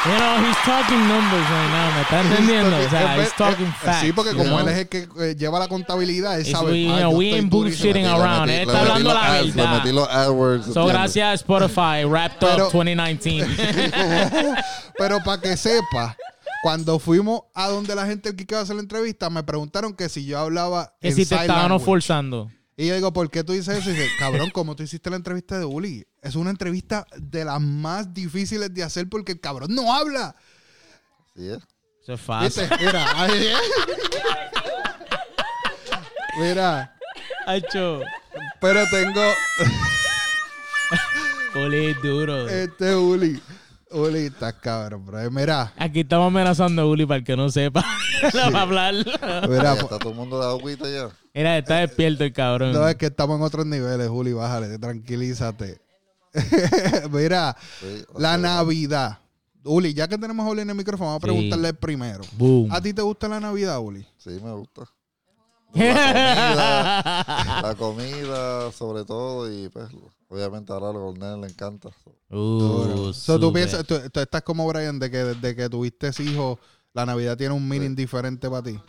Speaker 2: You know, he's talking numbers right now. ¿Me está entendiendo? O sea,
Speaker 1: Eh,
Speaker 2: he's talking
Speaker 1: eh,
Speaker 2: facts.
Speaker 1: Sí, porque
Speaker 2: you
Speaker 1: como
Speaker 2: know?
Speaker 1: él es el que eh, lleva la contabilidad, él
Speaker 2: It's
Speaker 1: sabe.
Speaker 2: we-
Speaker 1: "Ah, yo
Speaker 2: we
Speaker 1: estoy
Speaker 2: ain't
Speaker 1: durísimo".
Speaker 2: bullshitting around.
Speaker 6: Le
Speaker 2: Él está
Speaker 6: metí- le metí
Speaker 2: hablando
Speaker 6: los
Speaker 2: la
Speaker 6: ads, Le
Speaker 2: verdad.
Speaker 6: metí los AdWords.
Speaker 2: So,
Speaker 6: ¿entiendes?
Speaker 2: gracias Spotify, Wrapped
Speaker 1: Pero-
Speaker 2: Up 2019.
Speaker 1: Pero para que sepa, cuando fuimos a donde la gente que iba a hacer la entrevista, me preguntaron que si yo hablaba
Speaker 2: que
Speaker 1: en
Speaker 2: si te
Speaker 1: sign
Speaker 2: estaban
Speaker 1: language.
Speaker 2: forzando.
Speaker 1: Y yo digo, ¿por qué tú dices eso? Y dije, cabrón, como tú hiciste la entrevista de Uli, es una entrevista de las más difíciles de hacer porque el cabrón no habla.
Speaker 6: Sí, eh.
Speaker 2: Eso es fácil.
Speaker 1: ¿Viste? Mira, eh". ahí es. Mira,
Speaker 2: Hacho,
Speaker 1: pero tengo
Speaker 2: Uli es duro.
Speaker 1: este Uli. Uli, estás cabrón, bro. Mira,
Speaker 2: Aquí estamos amenazando a Uli para el que no sepa. no va a hablar.
Speaker 1: mira. pues,
Speaker 6: Ya está todo el mundo de agüita ya.
Speaker 2: Mira, está despierto el cabrón.
Speaker 1: No, es que estamos en otros niveles, Juli, bájale, tranquilízate. Mira,
Speaker 6: Sí,
Speaker 1: la
Speaker 6: ok.
Speaker 1: Navidad. Uli, ya que tenemos a Uli en el micrófono, vamos a
Speaker 2: Sí.
Speaker 1: preguntarle primero.
Speaker 2: Boom.
Speaker 1: ¿A ti te gusta la Navidad, Uli?
Speaker 6: Sí, me gusta. La comida, la comida sobre todo y pues obviamente ahora a Cornel le encanta.
Speaker 2: Uh,
Speaker 1: So, tú,
Speaker 2: súper.
Speaker 1: piensas, tú, tú estás como Brian, de que desde que tuviste hijos, la Navidad tiene un meaning diferente para ti.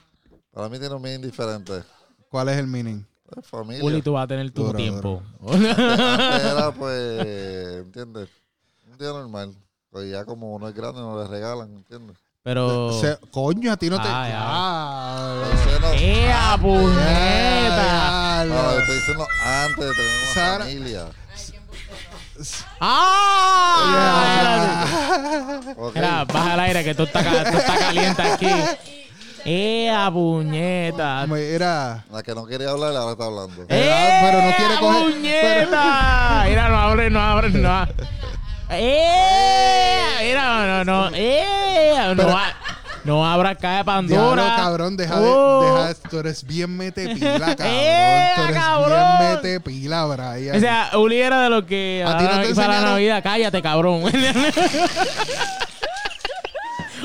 Speaker 6: Para mí tiene un bien diferente.
Speaker 1: ¿Cuál es el meaning?
Speaker 6: Pues, familia.
Speaker 2: Uli, tú vas a tener tu
Speaker 1: Duro,
Speaker 2: tiempo.
Speaker 6: Antes era pues, ¿entiendes? Un día normal. Pues ya como uno es grande no le regalan, ¿entiendes?
Speaker 2: Pero.
Speaker 1: Se- coño, a ti no te...
Speaker 2: Oh. Ay, ay.
Speaker 1: Ah,
Speaker 6: Entonces, no-
Speaker 2: ¡Ea, puñeta!
Speaker 1: ay,
Speaker 6: No,
Speaker 1: ay.
Speaker 6: estoy diciendo antes de tener una
Speaker 1: Sara-
Speaker 6: familia.
Speaker 2: ¡Ah!
Speaker 6: Ok.
Speaker 2: Mira, baja el aire que tú estás ca- tú estás caliente aquí. ¡Ea, puñeta!
Speaker 1: Mira,
Speaker 6: La que no quería hablar ahora está hablando.
Speaker 1: Eh, pero no quiere
Speaker 2: ¡Ea,
Speaker 1: coger-
Speaker 2: ¡Puñeta! Mira, no abre, no abre, no abre. ¡Eh! Mira, no, no, no. ¡Eh! No,
Speaker 1: Pero-
Speaker 2: a- no abra acá de Pandora.
Speaker 1: Diablo, cabrón, deja
Speaker 2: Oh.
Speaker 1: de, deja, tú eres bien metepila, cabrón.
Speaker 2: ¡Eh,
Speaker 1: tú eres
Speaker 2: cabrón!
Speaker 1: bien metepila, Brian.
Speaker 2: O sea, Uli era de los que ah,
Speaker 1: ¿A ti no te
Speaker 2: para la
Speaker 1: enseñaron?
Speaker 2: Navidad, cállate, cabrón.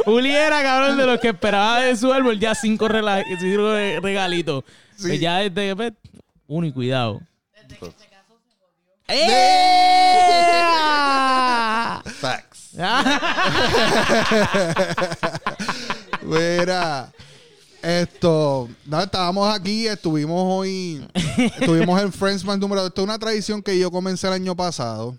Speaker 2: Uli era, cabrón, de los que esperaba de su árbol ya cinco, rela- cinco re- regalitos.
Speaker 1: Sí.
Speaker 2: Que ya desde pues, uno y cuidado. ¡Eh!
Speaker 6: Facts.
Speaker 2: ¡Ah!
Speaker 1: Mira, esto, no, estábamos aquí, estuvimos hoy, estuvimos en Friendsman número. Esto es una tradición que yo comencé el año pasado.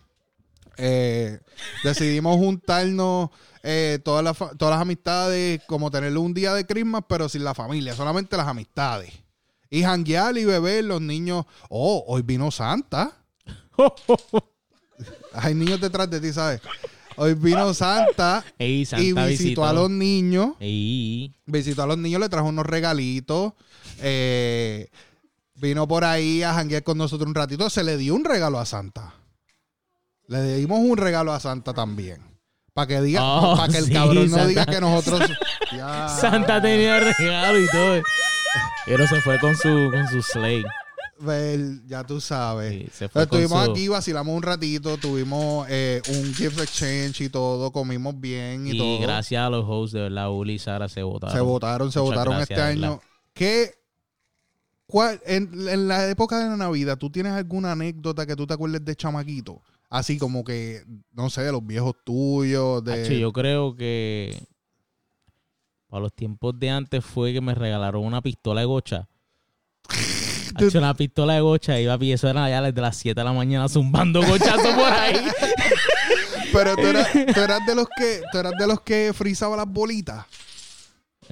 Speaker 1: Eh, decidimos juntarnos eh, todas, las, fa- todas las amistades, como tener un día de Christmas, pero sin la familia, solamente las amistades. Y janguear y beber, los niños. Oh, hoy vino Santa. Hay niños detrás de ti, ¿sabes? Hoy vino Santa,
Speaker 2: Ey, Santa
Speaker 1: y visitó, a los niños.
Speaker 2: Ey.
Speaker 1: Visitó a los niños, le trajo unos regalitos. eh, vino por ahí a janguear con nosotros un ratito. Se le dio un regalo a Santa. Le dimos un regalo a Santa también. Para que diga,
Speaker 2: Oh,
Speaker 1: para que el
Speaker 2: sí,
Speaker 1: cabrón no
Speaker 2: Santa.
Speaker 1: diga que nosotros. Ya.
Speaker 2: Santa tenía regalo y todo. Pero se fue con su, con su sleigh.
Speaker 1: Well, ya tú sabes.
Speaker 2: Sí, se fue con
Speaker 1: Estuvimos
Speaker 2: su-
Speaker 1: aquí, vacilamos un ratito, tuvimos eh, un gift exchange y todo, comimos bien y,
Speaker 2: Y,
Speaker 1: todo.
Speaker 2: gracias a los hosts, de verdad, Uli y Sara se votaron.
Speaker 1: Se votaron, se
Speaker 2: Muchas
Speaker 1: votaron
Speaker 2: gracias,
Speaker 1: este
Speaker 2: de verdad.
Speaker 1: año. ¿Qué? Cuál, en, en la época de la Navidad, ¿tú tienes alguna anécdota que tú te acuerdes de chamaquito? Así como que, no sé, de los viejos tuyos, de...
Speaker 2: Hacho, Ah, yo creo que para los tiempos de antes fue que me regalaron una pistola de gocha. Ha hecho una pistola de gocha y papi, eso era ya desde las 7 de la mañana zumbando gochazos por ahí.
Speaker 1: Pero tú eras, tú eras de los que tú eras de los que frizaba las bolitas.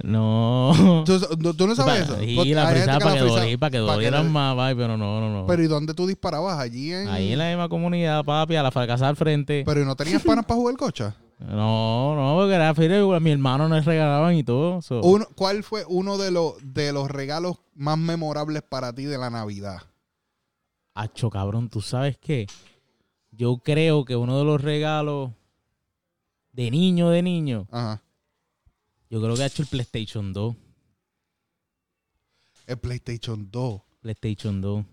Speaker 2: No.
Speaker 1: ¿Tú, no- tú no sabes eso?
Speaker 2: Pa-
Speaker 1: Porque
Speaker 2: Y la
Speaker 1: hay gente
Speaker 2: frisaba
Speaker 1: que
Speaker 2: para que
Speaker 1: frisa-
Speaker 2: doliera, para que
Speaker 1: pa'
Speaker 2: dolieran
Speaker 1: le-
Speaker 2: más, papi, pero no, no, no.
Speaker 1: Pero ¿y dónde tú disparabas? Allí en...
Speaker 2: Ahí en la misma comunidad, papi, a la fracasa al frente.
Speaker 1: Pero ¿y no tenías panas para jugar cocha?
Speaker 2: No, no, porque era frío, a mi hermano nos regalaban y todo. so.
Speaker 1: Uno- ¿Cuál fue uno de, los de los regalos más memorables para ti de la Navidad?
Speaker 2: Acho, cabrón, ¿tú sabes qué? Yo creo que uno de los regalos de niño, de niño,
Speaker 1: Ajá.
Speaker 2: yo creo que ha hecho el PlayStation 2.
Speaker 1: El PlayStation 2.
Speaker 2: PlayStation 2.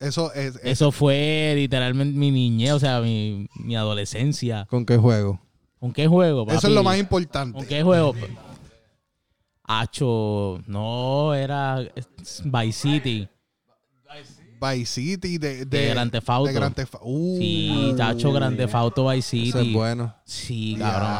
Speaker 1: Eso es... es-
Speaker 2: Eso fue literalmente mi niñez, o sea, mi, mi adolescencia.
Speaker 5: ¿Con qué juego?
Speaker 2: ¿Con qué juego, papi?
Speaker 1: eso es lo más
Speaker 2: ¿Con
Speaker 1: importante.
Speaker 2: qué juego? Acho, no, era Vice City.
Speaker 1: Vice City de...
Speaker 2: De Grand Theft Auto.
Speaker 1: De Grand Theft- Uh.
Speaker 2: Sí, Tacho, Grande Fauto Vice City.
Speaker 5: Eso es bueno.
Speaker 2: Sí, cabrón,
Speaker 1: Ya,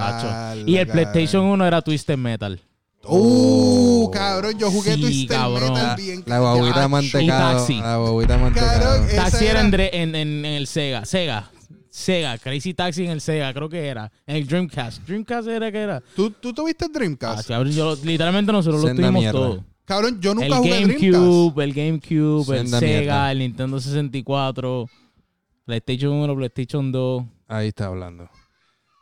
Speaker 2: Tacho. Y el
Speaker 1: la
Speaker 2: PlayStation 1 era Twisted Metal.
Speaker 1: Uh, cabrón, yo jugué
Speaker 2: Sí,
Speaker 1: Twisted
Speaker 2: cabrón.
Speaker 1: Metal bien.
Speaker 5: La guaguita
Speaker 1: Yacho.
Speaker 5: mantecado.
Speaker 2: Taxi.
Speaker 5: La guaguita mantecado.
Speaker 1: Cabrón, eh. esa
Speaker 2: Taxi era,
Speaker 1: era-
Speaker 2: en dre- en, en- en el Sega. Sega. Sega. Crazy Taxi en el Sega, creo que era. En el Dreamcast. Dreamcast era que era.
Speaker 1: ¿Tú, tú tuviste Dreamcast?
Speaker 2: Tacho, cabrón, yo lo- literalmente nosotros lo
Speaker 5: Senda
Speaker 2: tuvimos
Speaker 5: mierda.
Speaker 2: todo.
Speaker 1: Cabrón, yo
Speaker 2: El
Speaker 1: nunca jugué Dreamcast.
Speaker 2: GameCube, el GameCube, el
Speaker 5: Senda
Speaker 2: Sega,
Speaker 5: mierda.
Speaker 2: el Nintendo 64, PlayStation 1, PlayStation 2.
Speaker 5: Ahí está hablando.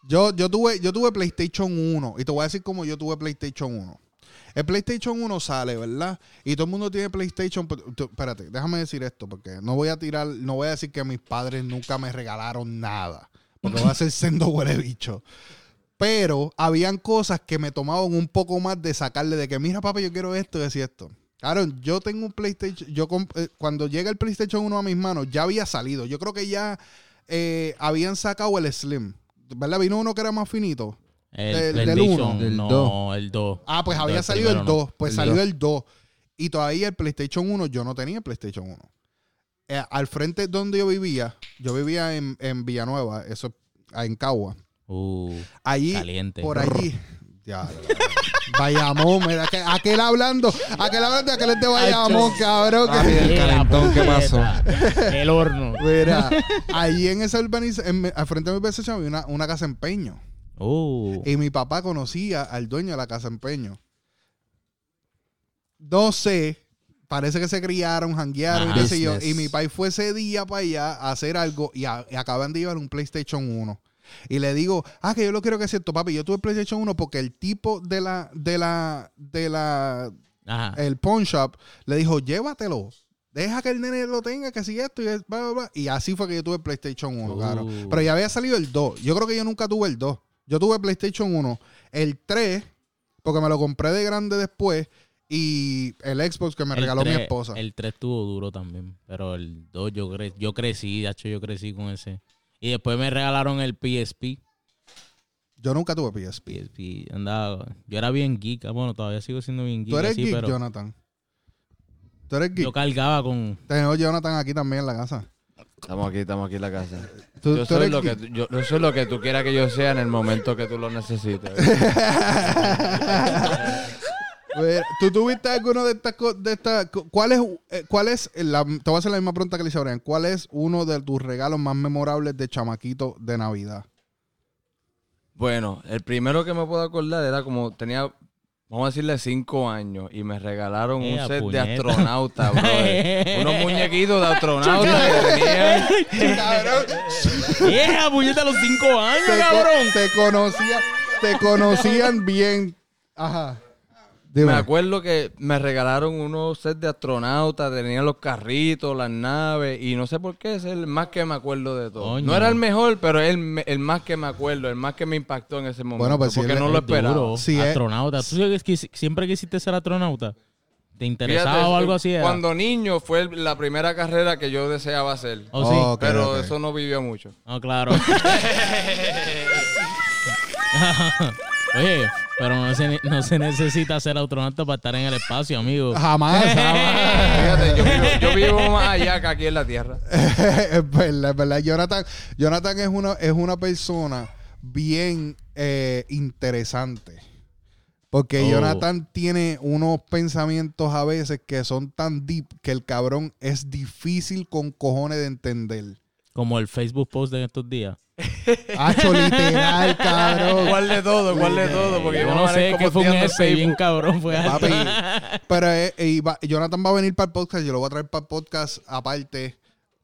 Speaker 1: Yo, yo, tuve, yo tuve PlayStation 1 y te voy a decir cómo yo tuve PlayStation 1. El PlayStation 1 sale, ¿verdad? Y todo el mundo tiene PlayStation. pero tú- Espérate, déjame decir esto porque no voy a tirar, no voy a decir que mis padres nunca me regalaron nada. Porque voy a ser sendo huele bicho. Pero habían cosas que me tomaban un poco más de sacarle de que, mira, papi, yo quiero esto y decir esto. Claro, yo tengo un PlayStation. Yo comp- eh, cuando llega el PlayStation 1 a mis manos, ya había salido. Yo creo que ya eh, habían sacado el Slim. ¿Verdad? Vino uno que era más finito.
Speaker 2: El
Speaker 1: Del- del
Speaker 2: PlayStation,
Speaker 1: uno.
Speaker 5: Del
Speaker 2: no,
Speaker 5: dos.
Speaker 2: el 2.
Speaker 1: Ah, pues había
Speaker 2: el
Speaker 1: salido el
Speaker 2: primero no.
Speaker 1: 2. Pues
Speaker 5: El
Speaker 1: salió
Speaker 5: dos.
Speaker 1: el 2. Y todavía el PlayStation 1, yo no tenía PlayStation 1. Eh, al frente donde yo vivía, yo vivía en, en Villanueva, eso ah, en Cagua.
Speaker 2: Uh,
Speaker 1: Allí,
Speaker 2: Caliente.
Speaker 1: por allí. Ya, ya, ya. Bayamón, mira, aquel, aquel hablando, aquel hablando, aquel es de Bayamón, cabrón. que-
Speaker 5: Ah, bien. el
Speaker 2: Eh, la
Speaker 5: calentón que
Speaker 2: puñeta. El horno.
Speaker 1: Mira, allí en esa urbanización, al frente de mi urbanización había una, una casa empeño.
Speaker 2: Uh,
Speaker 1: Y mi papá conocía al dueño de la casa empeño. No sé, parece que se criaron, janguearon, y
Speaker 2: Ajá.
Speaker 1: qué sé yo.
Speaker 5: Business.
Speaker 1: Y mi papá fue ese día para allá a hacer algo y, a- y acaban de llevar un PlayStation 1. Y le digo, ah, que yo lo quiero que es cierto, papi. Yo tuve PlayStation 1 porque el tipo de la, de la, de la,
Speaker 2: ajá.
Speaker 1: el pawn shop le dijo, llévatelo. Deja que el nene lo tenga, que si esto y es bla, bla, bla". Y así fue que yo tuve el PlayStation 1,
Speaker 2: Uh.
Speaker 1: claro. Pero ya había salido el 2. Yo creo que yo nunca tuve el 2. Yo tuve PlayStation 1. El 3, porque me lo compré de grande después. Y el Xbox que me
Speaker 2: El
Speaker 1: regaló mi
Speaker 2: tres-
Speaker 1: esposa.
Speaker 2: El 3 estuvo duro también, pero el 2 yo, cre- yo crecí, de hecho yo crecí con ese. Y después me regalaron el PSP.
Speaker 1: Yo nunca tuve PSP.
Speaker 2: PSP andaba, yo era bien geek, ah, bueno, todavía sigo siendo bien geek.
Speaker 1: Tú eres
Speaker 2: así,
Speaker 1: geek,
Speaker 2: pero
Speaker 1: Jonathan. Tú eres geek.
Speaker 2: yo cargaba con...
Speaker 1: Tenemos Jonathan aquí también en la casa.
Speaker 7: Estamos aquí, estamos aquí en la casa.
Speaker 1: Tú,
Speaker 7: yo,
Speaker 1: tú
Speaker 7: soy
Speaker 1: eres
Speaker 7: lo que,
Speaker 1: geek.
Speaker 7: tú- yo, yo soy lo que tú quieras que yo sea en el momento que tú lo necesites.
Speaker 1: Ver, ¿Tú tuviste alguno de estas co- de estas co- cuál es eh, cuál es la, te voy a hacer la misma pregunta que le hice a Brian. ¿Cuál es uno de tus regalos más memorables de chamaquito de Navidad?
Speaker 7: bueno, el primero que me puedo acordar era como tenía, vamos a decirle, cinco años y me regalaron
Speaker 2: Ea,
Speaker 7: un set
Speaker 2: puñeta.
Speaker 7: de astronauta, brother. Unos muñequitos de astronauta que tenían.
Speaker 2: ¡Yeah, puñeta, a los 5 años,
Speaker 1: Te, co-
Speaker 2: cabrón!
Speaker 1: te conocía- te conocían bien. Ajá.
Speaker 7: Me
Speaker 1: Dime.
Speaker 7: acuerdo que me regalaron unos sets de astronautas, tenían los carritos, las naves, y no sé por qué es el más que me acuerdo de todo.
Speaker 2: Coño.
Speaker 7: No era el mejor, pero es el, me- el más que me acuerdo, el más que me impactó en ese momento.
Speaker 1: Bueno, pues, si
Speaker 7: porque
Speaker 1: él
Speaker 7: no
Speaker 1: es
Speaker 7: lo
Speaker 2: Es
Speaker 7: esperaba.
Speaker 2: duro,
Speaker 1: Sí, eh.
Speaker 2: astronauta. ¿Tú sabes que si- siempre quisiste ser astronauta? ¿Te
Speaker 7: Fíjate, eh,
Speaker 2: interesaba o algo así? era?
Speaker 7: Cuando niño fue el- la primera carrera que yo deseaba hacer.
Speaker 2: ¿O sí?
Speaker 1: Ok,
Speaker 7: pero
Speaker 1: ok.
Speaker 7: eso no vivió mucho.
Speaker 2: No, claro. Oye, pero no se, ne- no se necesita ser astronauta para estar en el espacio, amigo.
Speaker 1: Jamás, jamás.
Speaker 7: Fíjate, yo vivo, yo vivo más allá que aquí en la Tierra.
Speaker 1: es verdad, es Pues, verdad. Jonathan, Jonathan es una, es una persona bien eh, interesante. Porque
Speaker 2: Oh.
Speaker 1: Jonathan tiene unos pensamientos a veces que son tan deep que el cabrón es difícil con cojones de entender.
Speaker 2: Como el Facebook post de estos días.
Speaker 1: Hacho, literal, cabrón.
Speaker 7: Ah, ¿Cuál de todo? ¿Cuál de todo? Porque
Speaker 2: Yo no sé qué fue un ese bien
Speaker 7: Facebook.
Speaker 2: cabrón. Fue alto.
Speaker 1: Papi, pero eh, eh, va- Jonathan va a venir para el podcast, yo lo voy a traer para el podcast aparte.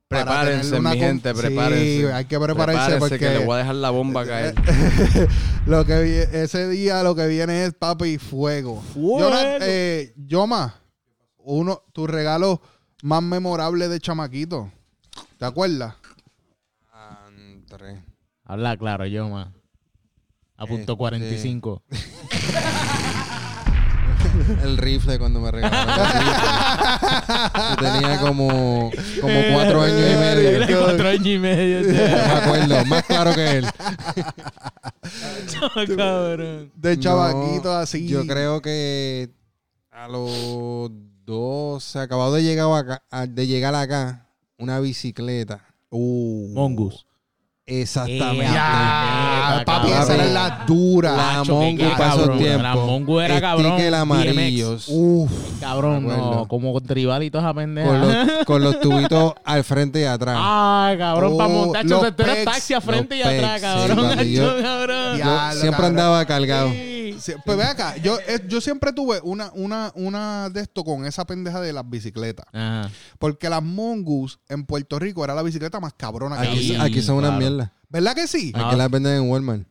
Speaker 1: para
Speaker 7: Prepárense,
Speaker 1: tenerle una
Speaker 7: mi
Speaker 1: con-
Speaker 7: gente,
Speaker 1: Sí,
Speaker 7: prepárense.
Speaker 1: hay que prepararse porque
Speaker 7: que le voy a dejar la bomba caer.
Speaker 1: lo que vi- ese día lo que viene es papi fuego.
Speaker 2: Fuego.
Speaker 1: Jonat- eh, Yoma, uno tu regalo más memorable de chamaquito. ¿Te acuerdas?
Speaker 5: Antre.
Speaker 2: Habla claro, yo, man.
Speaker 5: Eh,
Speaker 2: A punto 45.
Speaker 5: El rifle cuando me regalaron. el rifle. Yo tenía como, como
Speaker 1: Eh,
Speaker 5: cuatro años y medio.
Speaker 2: Era cuatro años y medio.
Speaker 5: No me acuerdo, más claro que él.
Speaker 2: chaval, cabrón.
Speaker 1: De chamaquito
Speaker 5: No,
Speaker 1: así.
Speaker 5: Yo creo que a los 12, acabado de llegar acá, a- de llegar acá, una bicicleta. Uh.
Speaker 2: Mongus.
Speaker 5: Exactamente.
Speaker 1: Ah, papi, esa era la dura.
Speaker 5: La
Speaker 2: Acho,
Speaker 5: Mongo
Speaker 2: qué
Speaker 5: pasó
Speaker 2: cabrón,
Speaker 5: tiempo.
Speaker 2: la Mongo era
Speaker 5: Sticker
Speaker 2: cabrón, DMX.
Speaker 5: amarillos.
Speaker 1: Uf.
Speaker 2: Cabrón,
Speaker 5: Me acuerdo.
Speaker 2: no, como tribalitos a pendeja.
Speaker 5: Con los, con los tubitos al frente y atrás.
Speaker 2: Ah, cabrón, para
Speaker 1: Oh,
Speaker 2: montar
Speaker 1: los
Speaker 2: tú eras
Speaker 1: pecs,
Speaker 2: taxi a frente y
Speaker 5: los
Speaker 2: atrás,
Speaker 5: pecs,
Speaker 2: cabrón.
Speaker 5: sí, papi, yo-
Speaker 2: Acho, cabrón.
Speaker 5: Yo
Speaker 1: Diablo,
Speaker 5: siempre
Speaker 1: cabrón.
Speaker 5: andaba cargado.
Speaker 1: Ah, Sí, Pues ve acá, yo, eh, yo siempre tuve una, una, una de esto con esa pendeja de las bicicletas.
Speaker 2: Ajá.
Speaker 1: Porque las Mongoose en Puerto Rico era la bicicleta más cabrona que
Speaker 5: Aquí,
Speaker 1: había.
Speaker 5: aquí son una
Speaker 2: claro.
Speaker 5: mierda.
Speaker 1: ¿Verdad que sí?
Speaker 2: Ah.
Speaker 5: Aquí las venden en Walmart.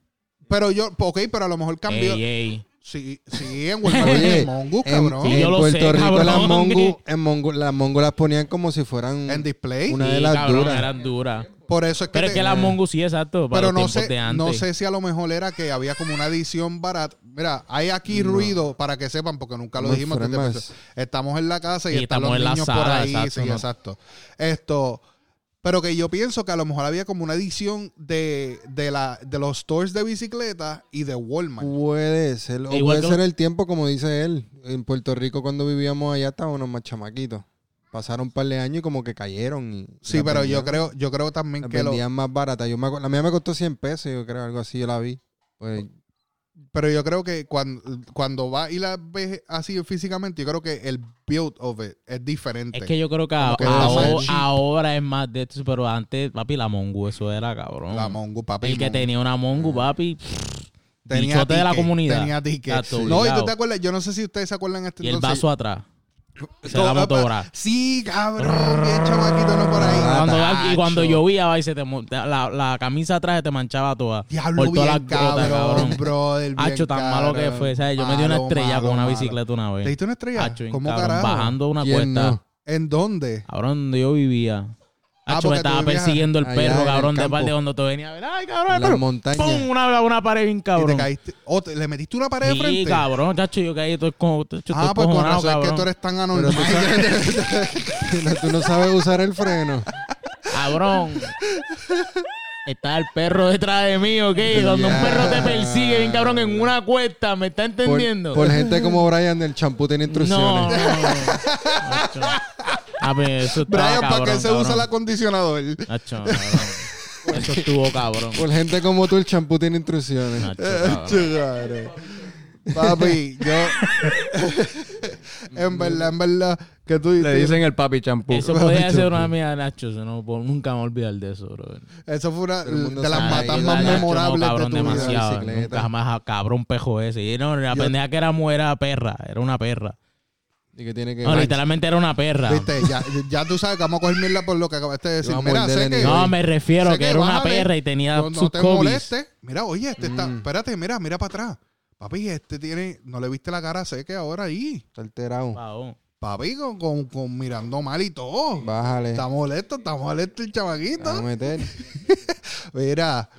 Speaker 1: Pero yo, ok, pero a lo mejor cambió.
Speaker 2: Ey, ey.
Speaker 1: Sí, sí, en Walmart
Speaker 5: Oye,
Speaker 1: tienen Mongoose,
Speaker 5: En,
Speaker 1: cabrón.
Speaker 2: Sí,
Speaker 1: En,
Speaker 2: yo
Speaker 5: en
Speaker 2: lo
Speaker 5: Puerto
Speaker 2: sé,
Speaker 5: Rico
Speaker 2: cabrón.
Speaker 5: las mongo, en mongo, las mongo las ponían como si fueran
Speaker 1: display.
Speaker 5: una de
Speaker 2: Sí,
Speaker 5: las
Speaker 2: cabrón,
Speaker 5: duras.
Speaker 2: eran duras.
Speaker 1: Por eso es que...
Speaker 2: Pero
Speaker 1: te-
Speaker 2: es que la Mongo sí, exacto. Para
Speaker 1: pero
Speaker 2: los
Speaker 1: no
Speaker 2: tiempos
Speaker 1: sé,
Speaker 2: de antes.
Speaker 1: no sé si a lo mejor era que había como una edición barata. Mira, hay aquí ruido para que sepan, porque nunca lo
Speaker 5: Muy
Speaker 1: dijimos. antes de
Speaker 5: fremas.
Speaker 1: empezar. Estamos en la casa y,
Speaker 2: Y
Speaker 1: están
Speaker 2: estamos
Speaker 1: los
Speaker 2: en la
Speaker 1: niños por
Speaker 2: sala,
Speaker 1: ahí.
Speaker 2: exacto,
Speaker 1: sí,
Speaker 2: ¿no?
Speaker 1: exacto. Esto. Pero que yo pienso que a lo mejor había como una edición de, de, la, de los stores de bicicleta y de Walmart.
Speaker 5: Uh, Puede ser. O
Speaker 2: Igual que
Speaker 5: puede ser
Speaker 2: los-
Speaker 5: el tiempo, como dice él. En Puerto Rico, cuando vivíamos allá, estábamos más chamaquitos. Pasaron un par de años y como que cayeron. y- y
Speaker 1: Sí,
Speaker 5: las
Speaker 1: pero yo
Speaker 5: vendían-
Speaker 1: creo, yo creo también
Speaker 5: las
Speaker 1: que lo.
Speaker 5: vendían más barata. Yo me acu- la mía me costó 100 pesos, yo creo, algo así, yo la vi. Pues,
Speaker 1: Pero yo creo que cuando, cuando va y la ves así físicamente, yo creo que el build of it es diferente.
Speaker 2: Es que yo creo que,
Speaker 1: Como que
Speaker 2: a-
Speaker 1: era
Speaker 2: ahora,
Speaker 1: más cheap.
Speaker 2: ahora es más de esto, pero antes, papi, la Mongo, eso era cabrón.
Speaker 1: la Mongo, papi.
Speaker 2: El que
Speaker 1: Mongo.
Speaker 2: tenía una Mongo, papi.
Speaker 1: Tenía
Speaker 2: bichote de la
Speaker 1: ticket,
Speaker 2: comunidad.
Speaker 1: Tenía ticket.
Speaker 2: Exacto,
Speaker 1: No, y tú
Speaker 2: obligado.
Speaker 1: te acuerdas, yo no sé si ustedes se acuerdan este
Speaker 2: Y el
Speaker 1: entonces-
Speaker 2: vaso atrás. Se
Speaker 1: Todo-
Speaker 2: la motora.
Speaker 1: Sí, cabrón, bien chamaquito no por ahí.
Speaker 2: Cuando, y cuando
Speaker 1: Ah, Tacho.
Speaker 2: llovía, va, y se te, mo- la, la camisa atrás se te manchaba toda.
Speaker 1: Diablo,
Speaker 2: por todas
Speaker 1: bien
Speaker 2: las gotas,
Speaker 1: cabrón,
Speaker 2: cabrón.
Speaker 1: brother, bien
Speaker 2: Hacho, tan malo que
Speaker 1: cabrón.
Speaker 2: fue. O sea, yo me di una
Speaker 1: Malo,
Speaker 2: estrella
Speaker 1: malo,
Speaker 2: con una
Speaker 1: malo.
Speaker 2: bicicleta una
Speaker 1: ¿Te
Speaker 2: vez.
Speaker 1: diste una estrella?
Speaker 2: Hacho, bien
Speaker 1: ¿Cómo
Speaker 2: cabrón,
Speaker 1: carajo?
Speaker 2: Bajando una
Speaker 5: ¿Quién
Speaker 2: cuesta.
Speaker 5: no?
Speaker 1: ¿En dónde?
Speaker 2: Cabrón, donde yo vivía.
Speaker 1: Ah,
Speaker 2: Hacho,
Speaker 1: porque
Speaker 2: me
Speaker 1: tú
Speaker 2: estaba
Speaker 1: vivías
Speaker 2: persiguiendo el
Speaker 5: allá
Speaker 2: perro,
Speaker 5: en el
Speaker 2: cabrón, de
Speaker 5: campo.
Speaker 2: par de cuando te venía a ver. ¡Ay, cabrón!
Speaker 1: Ah,
Speaker 5: en
Speaker 2: el
Speaker 5: las
Speaker 2: perro!
Speaker 5: montañas.
Speaker 2: ¡Pum! Una, una pared bien
Speaker 1: Y te
Speaker 2: cabrón.
Speaker 1: caíste. Oh, te- ¿Le metiste una pared de
Speaker 2: Sí,
Speaker 1: frente?
Speaker 2: cabrón, chacho, yo caí. Estoy, co- estoy,
Speaker 1: Ah, pues con
Speaker 2: cojonado,
Speaker 1: razón es que
Speaker 2: cabrón.
Speaker 1: tú eres tan
Speaker 5: Pero tú,
Speaker 1: anormal.
Speaker 5: sabes, tú no sabes usar el freno.
Speaker 2: Cabrón. Está el perro detrás de mí, ¿ok? Cuando un perro te persigue, bien cabrón, en una cuesta, ¿me está
Speaker 5: Por,
Speaker 2: entendiendo?
Speaker 5: por gente como Brian, el champú tiene
Speaker 2: no. Ah,
Speaker 5: instrucciones.
Speaker 2: Nacho. A ver, eso está
Speaker 1: Brian,
Speaker 2: cabrón,
Speaker 1: ¿para qué se
Speaker 2: cabrón.
Speaker 1: usa el acondicionador?
Speaker 2: Nacho, cabrón. Eso estuvo cabrón.
Speaker 5: Por gente como tú, el champú tiene instrucciones.
Speaker 2: Nacho,
Speaker 1: Eh,
Speaker 2: cabrón.
Speaker 1: chugare. Papi, yo. en verdad, en verdad, que tú
Speaker 7: Le
Speaker 1: dices-
Speaker 7: dicen el papi champú.
Speaker 2: Eso podía ser una amiga de Nacho, eso no, puedo- nunca me voy a olvidar de eso, bro.
Speaker 1: Eso fue una
Speaker 5: Todo el mundo
Speaker 1: de las
Speaker 5: sabe.
Speaker 1: matas
Speaker 5: Ay,
Speaker 1: más
Speaker 5: Nacho, no,
Speaker 1: memorables
Speaker 2: cabrón,
Speaker 1: de tu vida.
Speaker 5: demasiado.
Speaker 2: demasiado.
Speaker 5: bicicleta.
Speaker 2: Nunca jamás, ah, cabrón, pejo ese. Y no, la
Speaker 1: Yo-
Speaker 2: pendeja que era mu- era perra, era una perra.
Speaker 5: Y que tiene que
Speaker 2: No, literalmente era una perra.
Speaker 1: Viste, ya, ya tú sabes que vamos a coger mierda por lo que acabaste de decir.
Speaker 5: Yo voy a
Speaker 1: Mira,
Speaker 5: morder
Speaker 1: sé
Speaker 5: el
Speaker 1: que.
Speaker 2: No, me refiero
Speaker 1: sé
Speaker 2: que era una
Speaker 1: bájale.
Speaker 2: perra y tenía
Speaker 1: No, no
Speaker 2: sus
Speaker 1: te
Speaker 2: cobis.
Speaker 1: molestes. Mira, oye, este está.
Speaker 5: Mm.
Speaker 1: Espérate, mira, mira para atrás. Papi, este tiene. No le viste la cara sé que ahora ahí.
Speaker 5: Está alterado.
Speaker 2: Pavón.
Speaker 1: Papi, con, con, con mirando mal y todo.
Speaker 5: Bájale.
Speaker 1: Está molesto, está molesto el
Speaker 5: Te vas a
Speaker 1: chavaquito.
Speaker 5: meter.
Speaker 1: Mira,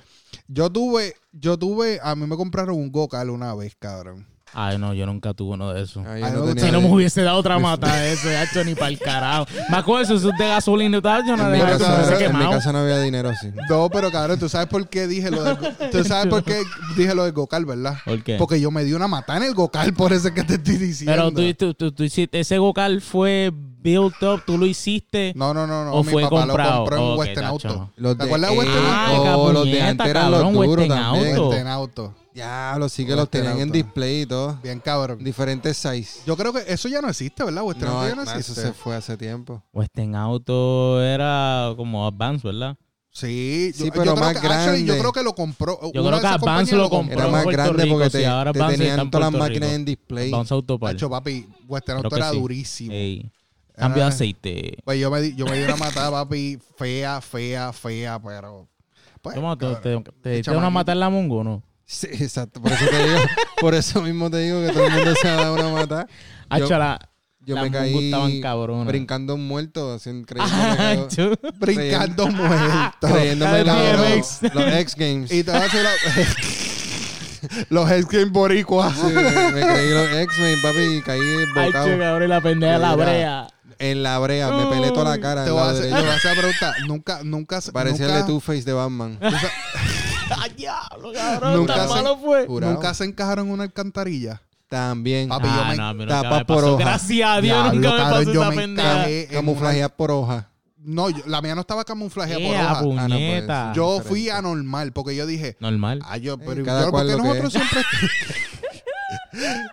Speaker 1: yo tuve, yo tuve, a mí me compraron un gocal una vez, cabrón.
Speaker 2: Ay, no, yo nunca tuve uno de esos.
Speaker 5: Ay, yo
Speaker 1: Ay,
Speaker 5: no
Speaker 1: no,
Speaker 5: tenía-
Speaker 2: Si no me hubiese dado otra mata de eso, ya hecho ni para el carajo. Me acuerdo eso, eso es de gasolina y tal, yo no
Speaker 5: en, mi
Speaker 2: dejaba eso,
Speaker 1: casa-
Speaker 2: me
Speaker 5: casa,
Speaker 2: hubiese
Speaker 5: en mi
Speaker 2: quemado.
Speaker 5: casa no había dinero así.
Speaker 1: No, pero cabrón, tú sabes por qué dije lo del, go- tú sabes por qué dije lo del gocal, ¿verdad?
Speaker 2: ¿Por qué?
Speaker 1: Porque yo me di una matada en el gocal, por eso es que te estoy diciendo.
Speaker 2: Pero tú, tú, tú- tú hiciste, ese vocal fue built up, tú lo hiciste.
Speaker 1: No, no, no, no.
Speaker 2: ¿O
Speaker 1: mi
Speaker 2: fue
Speaker 1: papá
Speaker 2: comprado?
Speaker 1: lo compró en
Speaker 2: Ok,
Speaker 1: Western
Speaker 2: tacho,
Speaker 1: Auto.
Speaker 2: no.
Speaker 5: Los
Speaker 1: ¿Te acuerdas de Western
Speaker 2: Ah,
Speaker 1: Auto?
Speaker 5: o los de
Speaker 2: capuñeta,
Speaker 5: antes eran los
Speaker 2: cabrón,
Speaker 5: duros
Speaker 2: Western
Speaker 5: también.
Speaker 2: Auto.
Speaker 1: Western Auto.
Speaker 5: Diablo, sí que los tenían en
Speaker 1: Astronauta.
Speaker 5: display y todo.
Speaker 1: Bien cabrón.
Speaker 5: Diferentes size.
Speaker 1: Yo creo que eso ya no existe, ¿verdad? Western
Speaker 5: No,
Speaker 1: Auto ya no
Speaker 5: eso
Speaker 1: existe.
Speaker 5: se fue hace tiempo.
Speaker 2: Western este, Auto era como Advance, ¿verdad?
Speaker 1: Sí,
Speaker 5: Sí, pero
Speaker 1: creo
Speaker 5: más
Speaker 1: que, actually, yo
Speaker 5: grande.
Speaker 1: creo que lo compró.
Speaker 2: Yo
Speaker 1: una
Speaker 2: creo
Speaker 1: de
Speaker 2: que
Speaker 1: esas
Speaker 2: Advance
Speaker 1: compañías
Speaker 2: lo
Speaker 5: Era
Speaker 2: en
Speaker 5: más
Speaker 2: Puerto
Speaker 5: grande
Speaker 2: Rico,
Speaker 5: porque
Speaker 2: sí,
Speaker 5: te,
Speaker 2: ahora
Speaker 5: te
Speaker 2: Advance está
Speaker 5: tenían
Speaker 2: en
Speaker 5: todas las
Speaker 2: Puerto
Speaker 5: máquinas
Speaker 2: Rico.
Speaker 5: en display.
Speaker 2: Advance Auto Parts.
Speaker 1: Tacho, papi, Western
Speaker 2: Creo
Speaker 1: Auto
Speaker 2: que
Speaker 1: era
Speaker 2: sí.
Speaker 1: durísimo.
Speaker 2: Ey. Cambio de aceite.
Speaker 1: Pues yo me, di, yo me di una matada, papi, fea, fea, fea, pero... Pues,
Speaker 2: Toma, te,
Speaker 1: cabrón.
Speaker 2: te, te, te
Speaker 1: chamaquito.
Speaker 2: van a matar la mongo, ¿no?
Speaker 5: Sí, exacto. Por eso, te digo, por eso mismo te digo que todo el mundo se ha dado una mata. Yo-
Speaker 2: Hacho, la-
Speaker 5: Yo
Speaker 2: las
Speaker 5: me
Speaker 2: mungos
Speaker 5: caí
Speaker 2: estaban cabronas.
Speaker 5: brincando un muerto, así increíble.
Speaker 2: Hacho.
Speaker 1: Brincando muerto.
Speaker 5: Creyéndome la-
Speaker 2: Cada
Speaker 5: los,
Speaker 2: DMX.
Speaker 5: los X Games.
Speaker 1: Y te vas a hacer la... Los Hellskin Boricua.
Speaker 5: Sí, me, me creí los X-Men, papi, y caí
Speaker 2: Hacho,
Speaker 5: bocado.
Speaker 2: cabrón, y la pendeja de la
Speaker 5: Mira.
Speaker 2: brea.
Speaker 5: En la brea, me pelé toda la cara.
Speaker 1: Te
Speaker 5: al
Speaker 1: voy a
Speaker 5: lado
Speaker 1: hacer, te
Speaker 5: derecho.
Speaker 1: voy a hacer una pregunta. Nunca, nunca...
Speaker 5: Parecía
Speaker 1: nunca,
Speaker 5: el de Two-Face de Batman.
Speaker 2: ¡Ah, diablo, cabrón!
Speaker 1: Nunca
Speaker 2: tan
Speaker 1: se-
Speaker 2: malo fue.
Speaker 5: Jurado.
Speaker 1: Nunca se encajaron en una alcantarilla.
Speaker 5: También.
Speaker 1: Papi, yo
Speaker 2: Ah,
Speaker 1: me-
Speaker 2: no, a mí nunca
Speaker 5: tapa
Speaker 2: me
Speaker 5: por
Speaker 2: pasó.
Speaker 5: hoja.
Speaker 2: Gracias a Dios,
Speaker 1: Diablo,
Speaker 2: nunca me
Speaker 1: cabrón,
Speaker 2: pasó
Speaker 1: yo
Speaker 2: esa
Speaker 1: me
Speaker 2: pendeja.
Speaker 1: encajé en
Speaker 5: Camuflajeada por hoja.
Speaker 1: una- No, yo- la mía no estaba camuflajeada por
Speaker 2: Ea,
Speaker 1: hoja.
Speaker 5: Ah, no, pues,
Speaker 2: puñeta.
Speaker 1: Yo
Speaker 5: Diferente.
Speaker 1: fui anormal porque yo dije,
Speaker 2: Normal.
Speaker 1: ay, Ah, yo,
Speaker 2: Eh,
Speaker 1: pero,
Speaker 5: cada
Speaker 1: pero
Speaker 5: cual
Speaker 1: ¿por qué
Speaker 5: lo que
Speaker 1: nosotros siempre...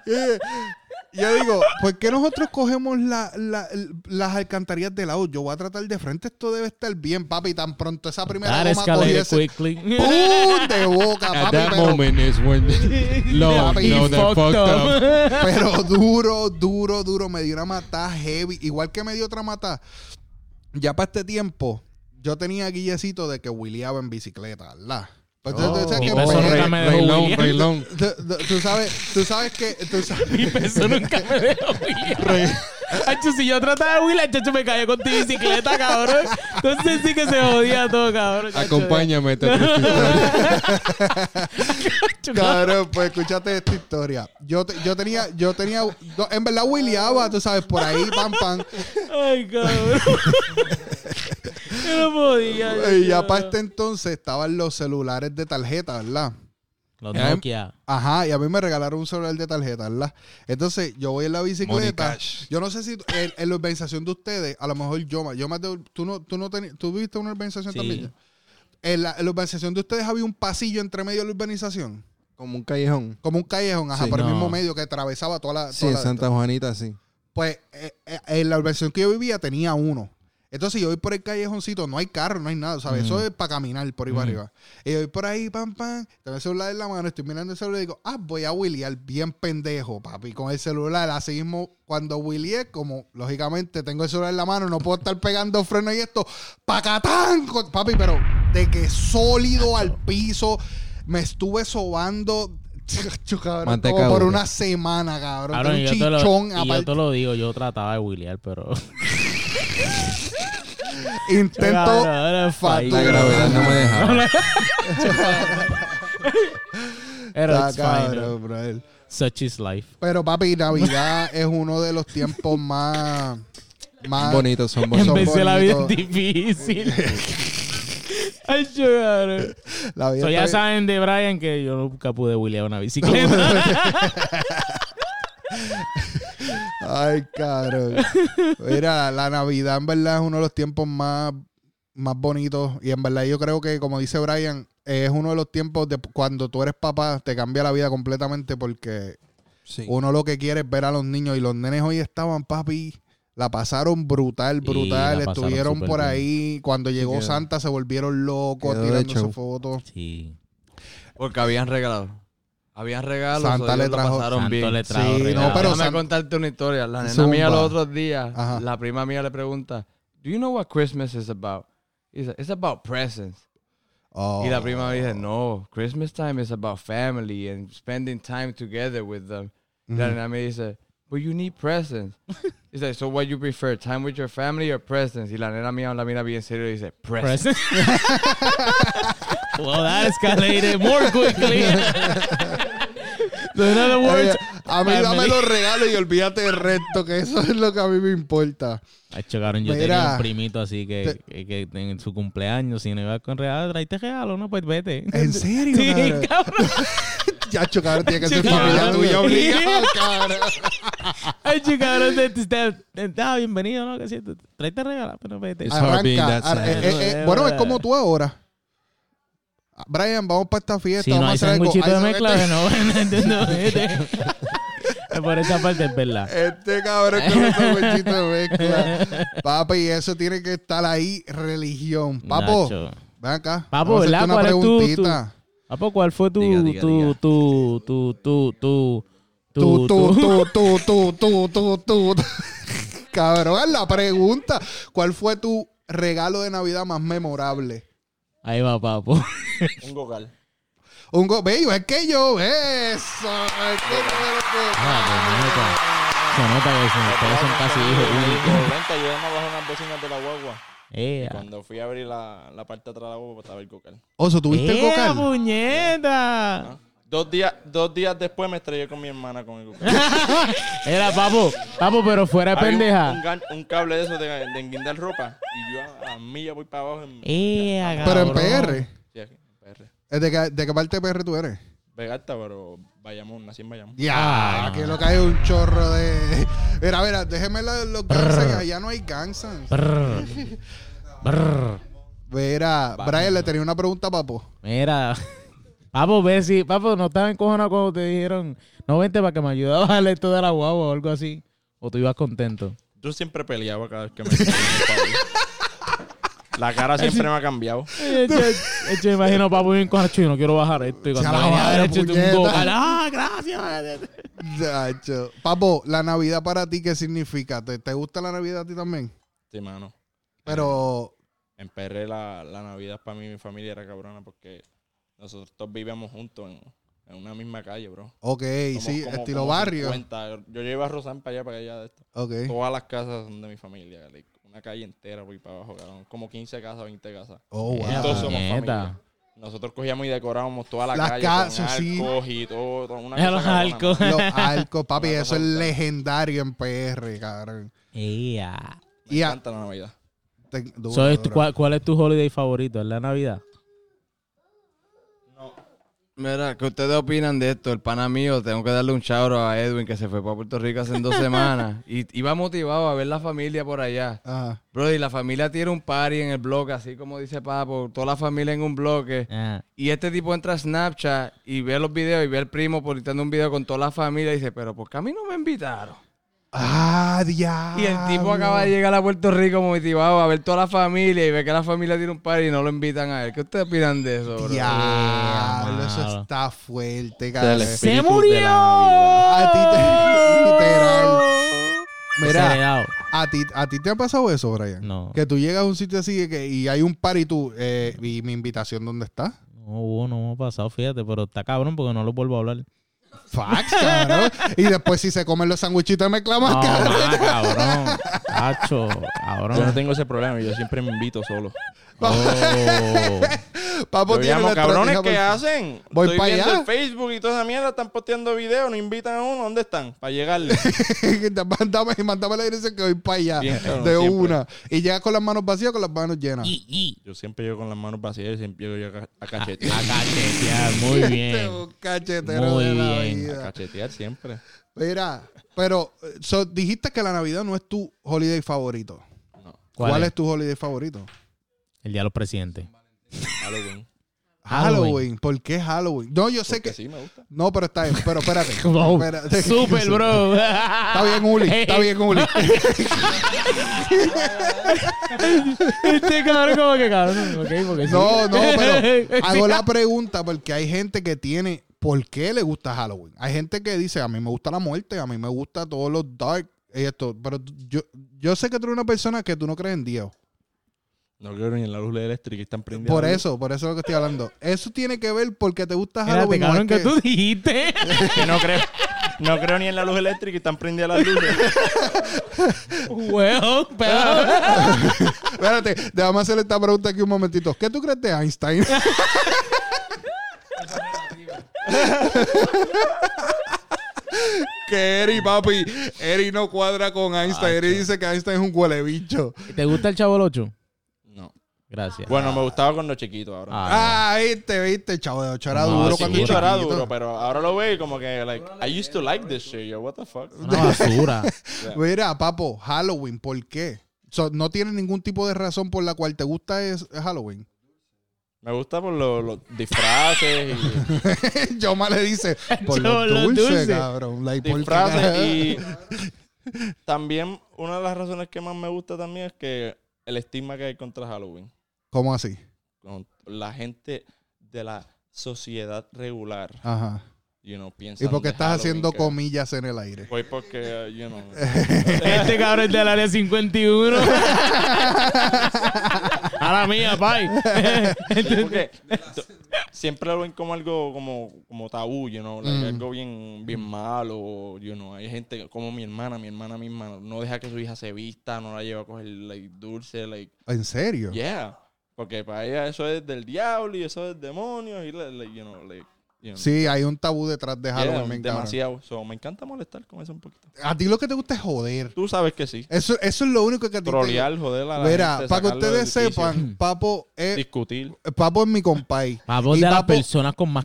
Speaker 1: Eh, yo digo, ¿por qué nosotros cogemos la- la- las alcantarillas de lado? Yo voy a tratar de frente, esto debe estar bien, papi. Tan pronto esa primera goma
Speaker 2: That
Speaker 1: cogí
Speaker 2: escalated
Speaker 1: ese...
Speaker 2: quickly.
Speaker 1: ¡Pum! De boca, papi, pero,
Speaker 5: is when
Speaker 1: Lord
Speaker 2: He
Speaker 1: knows
Speaker 2: fucked up.
Speaker 1: pero duro, duro, duro. Me dio una matada heavy. Igual que me dio otra matada. Ya para este tiempo, yo tenía guillecito de que wheeleaba en bicicleta, ¿verdad? Pues, tú- tú sabes
Speaker 2: Mi
Speaker 1: que-
Speaker 2: peso
Speaker 1: eh,
Speaker 2: nunca me dejó
Speaker 5: Rey Long,
Speaker 2: William.
Speaker 5: Rey Long.
Speaker 1: Tú, tú- tú sabes, tú sabes que tú sabes-
Speaker 2: Mi peso nunca me dejó William. Hacho, si yo trataba de William, chacho, me caía con tu bicicleta, cabrón. Entonces sí que se jodía todo, cabrón. chacho.
Speaker 5: Acompáñame. te triste historia.
Speaker 2: Hacho,
Speaker 1: Cabrón, pues escúchate esta historia. Yo, te- yo tenía, yo tenía, no, en verdad wheeleaba, tú sabes, por ahí, pam, pam.
Speaker 2: Ay, cabrón. yo no podía. yo-
Speaker 1: Y ya para este entonces estaban los celulares de tarjeta, ¿verdad?
Speaker 2: Los Nokia.
Speaker 1: Ajá, y a mí me regalaron un celular de tarjeta, ¿verdad? Entonces, yo voy en la bicicleta. Yo no sé si en, en la organización de ustedes, a lo mejor yo más, yo más de- tú no, tú no tenías, tú viste una urbanización
Speaker 2: Sí.
Speaker 1: también. En la, en la urbanización de ustedes había un pasillo entre medio de la urbanización,
Speaker 5: Como un callejón.
Speaker 1: como un callejón, ajá,
Speaker 5: Sí.
Speaker 1: por el
Speaker 2: No.
Speaker 1: mismo medio que atravesaba toda la. toda
Speaker 5: Sí, en
Speaker 1: la-
Speaker 5: Santa Juanita, sí.
Speaker 1: Pues eh, eh, en la urbanización que yo vivía tenía uno. Entonces yo voy por el callejoncito, no hay carro, no hay nada, ¿sabes? Eso es para caminar por ahí para arriba. Y yo voy por ahí, pam, pam, tengo el celular en la mano, estoy mirando el celular y digo, ah, voy a wheelear bien pendejo, papi, con el celular. Así mismo, cuando wheeleé, como lógicamente tengo el celular en la mano, no puedo estar pegando freno y esto, pacatán, con- papi, pero de que sólido al piso, me estuve sobando. cabrón,
Speaker 5: Manteca
Speaker 1: como por
Speaker 5: dura.
Speaker 1: una semana, cabrón.
Speaker 2: Cabrón, y
Speaker 1: Tengo
Speaker 2: yo,
Speaker 1: un chichón
Speaker 2: te lo, y yo
Speaker 1: aparte.
Speaker 2: te lo digo, yo trataba de William, pero.
Speaker 1: Intento
Speaker 2: Ahora, ahora
Speaker 1: fatal.
Speaker 5: La gravedad no me dejaba.
Speaker 2: Pero it's
Speaker 1: Está Ah,
Speaker 2: fine.
Speaker 1: cabrón, brother.
Speaker 2: Such is life.
Speaker 1: Pero papi, Navidad es uno de los tiempos más, más
Speaker 5: Bonitos son
Speaker 1: Son
Speaker 5: bonitos.
Speaker 2: Empecé la vida
Speaker 1: bonitos.
Speaker 2: difícil. Ay, yo, cabrón.
Speaker 1: La vida
Speaker 2: So,
Speaker 1: está
Speaker 2: ya
Speaker 1: bien-
Speaker 2: saben de Brian que yo nunca pude William una bicicleta.
Speaker 1: Ay, cabrón. Mira, la Navidad en verdad es uno de los tiempos más, más bonitos. Y en verdad yo creo que, como dice Brian, es uno de los tiempos de cuando tú eres papá, te cambia la vida completamente porque
Speaker 5: Sí.
Speaker 1: uno lo que quiere es ver a los niños. Y los nenes hoy estaban, papi. La pasaron brutal,
Speaker 2: Sí,
Speaker 1: brutal.
Speaker 2: la pasaron
Speaker 1: Estuvieron
Speaker 2: súper
Speaker 1: por
Speaker 2: bien.
Speaker 1: ahí. Cuando llegó
Speaker 5: Quedó-
Speaker 1: Santa se volvieron locos
Speaker 5: quedó de
Speaker 1: tirándose
Speaker 5: show.
Speaker 1: fotos.
Speaker 2: sí.
Speaker 7: Porque habían regalado. Habían regalos.
Speaker 1: Santa
Speaker 7: o ellos
Speaker 1: le
Speaker 7: lo
Speaker 1: trajo-
Speaker 7: pasaron
Speaker 2: Santo
Speaker 7: bien.
Speaker 2: le trajo
Speaker 1: Sí, no,
Speaker 2: regalo.
Speaker 1: pero-
Speaker 7: Déjame
Speaker 1: San-
Speaker 7: contarte una historia. La nena
Speaker 1: Zumba.
Speaker 7: mía los otros días,
Speaker 1: Ajá.
Speaker 7: la prima mía le pregunta, ¿Do you know what Christmas is about? Y dice, it's about presents. Y la prima me dice, no, Christmas time is about family and spending time together with them. Y la nena me dice, but you need presents. He's like, so what you prefer, time with your family or presents? Y la nena mía la mira bien serio y dice, presents.
Speaker 2: Present. well, that escalated more quickly. so in other words,
Speaker 1: Eh, a mí dame
Speaker 2: family.
Speaker 1: los regalos y olvídate del resto, que eso es lo que a mí me importa.
Speaker 2: Ay, chocaron, yo
Speaker 1: Mira.
Speaker 2: tenía un primito así que, que, que en su cumpleaños, si no iba con regalo, tráete regalo, no, pues vete.
Speaker 1: ¿En serio? cabrón?
Speaker 2: Sí, cabrón.
Speaker 1: Ya chocaron, tiene que ser
Speaker 2: Sí,
Speaker 1: familia
Speaker 2: cabrón.
Speaker 1: tuya obligado, cabrón.
Speaker 2: Ay, chocaron, de- de- de- de- ah, bienvenido, ¿no? Que sí, tú- tráete regalo, pero vete.
Speaker 5: hard being
Speaker 1: Arranca.
Speaker 5: that
Speaker 1: ar-
Speaker 2: eh,
Speaker 5: side.
Speaker 1: eh, eh, eh, bueno, es como tú ahora. Brian, vamos para esta fiesta.
Speaker 2: Si no
Speaker 1: vamos a
Speaker 2: hay
Speaker 1: hacer algo.
Speaker 2: sanguchito
Speaker 1: Ay,
Speaker 2: de
Speaker 1: no,
Speaker 2: mezcla,
Speaker 1: este-
Speaker 2: que no, no entiendo. este. Por esa parte es verdad.
Speaker 1: Este cabrón con los sanguchitos de mezcla. Papi, eso tiene que estar ahí, religión. Papo,
Speaker 2: Nacho.
Speaker 1: ven acá.
Speaker 2: Papo,
Speaker 1: vamos a hacerte
Speaker 2: ¿verdad?
Speaker 1: una
Speaker 2: ¿Cuál es tu-
Speaker 1: preguntita.
Speaker 2: Papo, ¿cuál fue tu,
Speaker 7: Diga, diga,
Speaker 2: tu,
Speaker 7: diga.
Speaker 2: tu, tu, tu, tu,
Speaker 1: Tú,
Speaker 2: tu,
Speaker 1: tú, tú, tú, tú, tú, tú, tú. Cabrón, haz la pregunta. ¿Cuál fue tu regalo de Navidad más memorable?
Speaker 2: Ahí va, papo.
Speaker 8: Un gogal.
Speaker 1: Un go bello, es que yo. Eso. es que yo-
Speaker 2: Ah, pues, nota. Se nota que son- ustedes son casi hijos únicos.
Speaker 8: Vente, ayúdame a bajar unas bocinas de la guagua.
Speaker 2: Eh,
Speaker 8: Cuando fui a abrir la, la parte de atrás de la guagua, pues, estaba el cocal.
Speaker 1: Oso, ¿tuviste el
Speaker 2: ¡Eh,
Speaker 1: cocal?
Speaker 2: puñeta!
Speaker 8: Dos días, dos días después me estrellé con mi hermana con el cocal.
Speaker 2: Era, papo, papo, pero fuera de
Speaker 8: Había un- Un,
Speaker 2: pendeja.
Speaker 8: gan- un cable de eso de, de enguindar ropa. Y yo a, a milla voy para abajo en,
Speaker 2: Eh,
Speaker 1: Pero en
Speaker 2: cabrón.
Speaker 1: PR.
Speaker 8: sí, aquí, en PR.
Speaker 1: ¿De qué, de qué parte de PR tú eres?
Speaker 8: Vegarta, pero Bayamón, nací en Bayamón.
Speaker 1: Ya,
Speaker 2: Ah.
Speaker 1: que lo cae un chorro de. Mira, mira, déjeme la- los Gansans. Allá no hay Gansans.
Speaker 2: Brr. Brr.
Speaker 1: Mira, Brian, le tenía una pregunta, papo.
Speaker 2: Mira. Papo, ve si, papo, no estaba encojonado cuando te dijeron, no vente para que me ayude a bajarle esto de la guagua o algo así. O tú ibas contento.
Speaker 8: Yo siempre peleaba cada vez que me La cara siempre me ha cambiado.
Speaker 2: Eh, Yo, eh, yo imagino papo bien con yo no quiero bajar esto. Y cuando
Speaker 1: Ya la
Speaker 2: venía
Speaker 1: bajaron,
Speaker 2: derecho, tú un
Speaker 1: puñeta.
Speaker 2: gocal. ah, gracias.
Speaker 1: Chacho. Papo, la Navidad para ti, ¿qué significa? ¿Te, te gusta la Navidad a ti también?
Speaker 8: Sí, mano.
Speaker 1: Pero,
Speaker 8: En PR la, la Navidad para mí y mi familia era cabrona porque nosotros todos vivíamos juntos en, en una misma calle, bro.
Speaker 1: ok,
Speaker 8: Somos
Speaker 1: sí,
Speaker 8: como-
Speaker 1: estilo
Speaker 8: como
Speaker 1: barrio.
Speaker 8: 50. Yo llevo a Rosán para allá, para allá de esto.
Speaker 1: Ok.
Speaker 8: Todas las casas son de mi familia, like, una calle entera voy para abajo, cabrón. Como 15 casas, 20 casas.
Speaker 1: Oh, wow.
Speaker 2: Eh,
Speaker 8: Todos somos
Speaker 2: puñeta.
Speaker 8: familia. Nosotros cogíamos y decorábamos toda la
Speaker 1: Las
Speaker 8: calle
Speaker 1: casas, sí.
Speaker 8: con arcos y todo, todo, una
Speaker 2: Mira
Speaker 8: cosa
Speaker 2: los
Speaker 8: cabrona,
Speaker 2: arcos.
Speaker 8: mano.
Speaker 1: Los arcos, papi,
Speaker 8: Una
Speaker 1: eso
Speaker 8: cosa
Speaker 1: es
Speaker 8: brutal.
Speaker 1: legendario en PR, cabrón.
Speaker 2: Ea.
Speaker 8: Me
Speaker 1: Y a-
Speaker 8: encanta la Navidad.
Speaker 1: te- duro,
Speaker 2: So, es-
Speaker 1: duro.
Speaker 2: ¿cuál, cuál es tu holiday favorito? ¿Es la Navidad?
Speaker 7: Mira, ¿qué ustedes opinan de esto? El pana mío, tengo que darle un chauro a Edwin que se fue para Puerto Rico hace dos semanas y iba motivado a ver la familia por allá.
Speaker 1: Ajá.
Speaker 7: Bro, y la familia tiene un party en el blog, así como dice Papo, toda la familia en un bloque.
Speaker 2: Ah.
Speaker 7: Y este tipo entra a Snapchat y ve los videos y ve al primo publicando un video con toda la familia y dice, pero ¿por qué a mí no me invitaron?
Speaker 1: Ah, diablo.
Speaker 7: Y el tipo acaba de llegar a Puerto Rico motivado a ver toda la familia y ve que la familia tiene un party y no lo invitan a él. ¿Qué ustedes opinan de eso, bro?
Speaker 1: Diablo, eso
Speaker 2: Diablo.
Speaker 1: está fuerte, cabrón.
Speaker 2: ¡Se murió!
Speaker 1: A ti te. Literal. Mira,
Speaker 2: Acelerado.
Speaker 1: a ti, a ti te ha pasado eso, Brian.
Speaker 2: No.
Speaker 1: Que tú llegas a un sitio así que, y hay un par y tú. eh, ¿Y mi invitación dónde está?
Speaker 2: No hubo, no me ha pasado, fíjate, pero está cabrón porque no lo vuelvo a hablar.
Speaker 1: Fax, cabrón. y después, si se comen los sandwichitos, me clamas,
Speaker 8: Ah,
Speaker 2: No,
Speaker 1: cabrón.
Speaker 2: ma, cabrón. Hacho, cabrón.
Speaker 8: Yo no tengo ese problema, yo siempre me invito solo.
Speaker 2: Oh.
Speaker 1: Papo,
Speaker 8: Yo
Speaker 1: Pues tiene pues,
Speaker 8: llamo,
Speaker 1: la
Speaker 8: cabrones,
Speaker 1: estrategia
Speaker 8: ¿qué
Speaker 1: por-
Speaker 8: hacen?
Speaker 1: Voy
Speaker 8: Estoy
Speaker 1: pa'
Speaker 8: viendo
Speaker 1: allá.
Speaker 8: el Facebook y toda esa mierda, están posteando videos, no invitan a uno, ¿dónde están? Para llegarle.
Speaker 1: Que te- mándame, mándame la dirección que voy para allá.
Speaker 8: Bien, cabrón,
Speaker 1: de
Speaker 8: siempre.
Speaker 1: una. Y llegas con las manos vacías o con las manos llenas.
Speaker 2: Y, y.
Speaker 8: Yo siempre llego con las manos vacías y siempre llego yo a, ca- a
Speaker 2: A, a
Speaker 8: cachetear.
Speaker 2: cachetear, muy
Speaker 1: Este es
Speaker 2: bien.
Speaker 1: un cachetero
Speaker 2: Muy
Speaker 1: de la
Speaker 2: bien.
Speaker 8: A
Speaker 1: vida.
Speaker 8: cachetear siempre.
Speaker 1: Mira, pero eh, so, dijiste que la Navidad no es tu holiday favorito. ¿Cuál,
Speaker 2: ¿Cuál
Speaker 1: es?
Speaker 2: es?
Speaker 1: tu holiday favorito?
Speaker 2: El día de los presidentes.
Speaker 8: Halloween.
Speaker 1: Halloween.
Speaker 2: Halloween.
Speaker 1: ¿Por qué Halloween? No, yo sé
Speaker 8: Que
Speaker 1: que.
Speaker 8: sí, me gusta.
Speaker 1: No, pero está bien. Pero espérate.
Speaker 2: Wow.
Speaker 1: espérate.
Speaker 2: Super, bro.
Speaker 1: Está bien, Uli. Está bien, Uli.
Speaker 2: Este cabrón, como que cabrón. Ok, porque sí.
Speaker 1: No, no, pero hago la pregunta porque hay gente que tiene por qué le gusta Halloween. Hay gente que dice, a mí me gusta la muerte, a mí me gusta todos los dark y esto, pero tú- yo, yo sé que tú eres una persona que tú no crees en Dios.
Speaker 8: No creo ni en la luz eléctrica, están prendidas.
Speaker 1: Por eso, por eso es lo que estoy hablando. Eso tiene que ver porque te gusta
Speaker 2: Espérate,
Speaker 1: Halloween. o
Speaker 2: cabrón,
Speaker 1: es
Speaker 2: que
Speaker 1: que-
Speaker 2: tú dijiste.
Speaker 8: Que no creo. No creo ni en la luz eléctrica y están prendidas las luces.
Speaker 2: Huevo, pero.
Speaker 1: Espérate, déjame hacer esta pregunta aquí un momentito. ¿Qué tú crees de Einstein? que Eri, papi, Eri no cuadra con Einstein. Eri dice que Einstein es un huelebicho.
Speaker 2: ¿Te gusta el chavo Locho?
Speaker 8: No.
Speaker 2: Gracias.
Speaker 8: Bueno, me gustaba cuando chiquito ahora.
Speaker 2: Ah,
Speaker 1: Ah, viste, viste, chavo de ocho. Era
Speaker 2: No,
Speaker 1: Ah, duro
Speaker 2: sí,
Speaker 1: cuando
Speaker 8: Chiquito era
Speaker 1: chiquito.
Speaker 8: duro, pero ahora lo veo y como que, like, I used to like this shit. Yo, what the fuck?
Speaker 2: una basura.
Speaker 1: Mira, papo, Halloween, ¿por qué? So, no tiene ningún tipo de razón por la cual te gusta es es Halloween.
Speaker 8: Me gusta por lo- los disfraces y
Speaker 1: Yoma le dice, por lo
Speaker 2: Yo lo
Speaker 1: dulce,
Speaker 2: dulce.
Speaker 1: cabrón. Like, por
Speaker 8: disfraces y también una de las razones que más me gusta también es que el estigma que hay contra Halloween.
Speaker 1: ¿Cómo así?
Speaker 8: Con la gente de la sociedad regular,
Speaker 1: Ajá.
Speaker 8: you know, piensa
Speaker 1: Y porque estás haciendo comillas en el aire.
Speaker 8: Voy porque, uh, you know.
Speaker 2: Este cabrón es del área 51. A la mía, pai.
Speaker 8: porque to- siempre lo ven como algo como, como tabú, you know, like,
Speaker 1: Mm.
Speaker 8: algo bien, bien malo, o, you know, hay gente que- como mi hermana, mi hermana misma, no deja que su hija se vista, no la lleva a coger like, dulce, like,
Speaker 1: ¿En serio?
Speaker 8: yeah, porque para ella eso es del diablo y eso es demonio y like, you know, like, you know.
Speaker 1: Sí, hay un tabú detrás de
Speaker 8: Yeah,
Speaker 1: Halloween. bien cabrón.
Speaker 8: demasiado. So, me encanta molestar con eso un poquito.
Speaker 1: A ti lo que te gusta es joder.
Speaker 8: Tú sabes que sí.
Speaker 1: Eso, eso es lo único que a ti te
Speaker 8: Trolear, joder a la
Speaker 1: Mira,
Speaker 8: gente,
Speaker 1: para que
Speaker 8: sacarlo
Speaker 1: ustedes
Speaker 8: del Mm. quicio,
Speaker 1: sepan, Papo es,
Speaker 8: discutir.
Speaker 1: Papo es mi compay.
Speaker 2: Vamos
Speaker 1: Y
Speaker 2: de las
Speaker 1: Papo-
Speaker 2: personas con más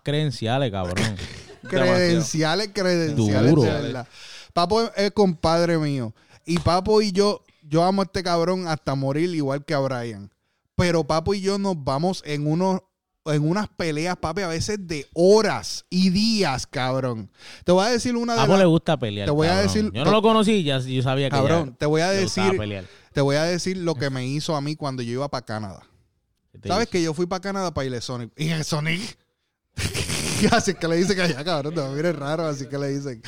Speaker 2: credenciales, cabrón.
Speaker 1: Credenciales, credenciales,
Speaker 2: Duro.
Speaker 1: de verdad. Papo es, es compadre mío. Y Papo y yo, yo amo a este cabrón hasta morir, igual que a Brian. Pero Papo y yo nos vamos en unos en unas peleas, papi, a veces de horas y días, cabrón. Te voy a decir una de
Speaker 2: Papo
Speaker 1: las-
Speaker 2: le gusta pelear.
Speaker 1: Te voy a
Speaker 2: cabrón.
Speaker 1: decir-
Speaker 2: Yo no lo conocí, ya yo sabía que.
Speaker 1: Cabrón,
Speaker 2: ya
Speaker 1: te voy a
Speaker 2: le gustaba
Speaker 1: decir,
Speaker 2: pelear.
Speaker 1: te voy a decir lo que me hizo a mí cuando yo iba para Canadá.
Speaker 2: ¿Qué te
Speaker 1: ¿Sabes
Speaker 2: dice?
Speaker 1: que yo fui para Canadá para irle a Sonic? Y el Sonic. así que le dicen que allá, cabrón, te va a mirar raro, así que le dicen.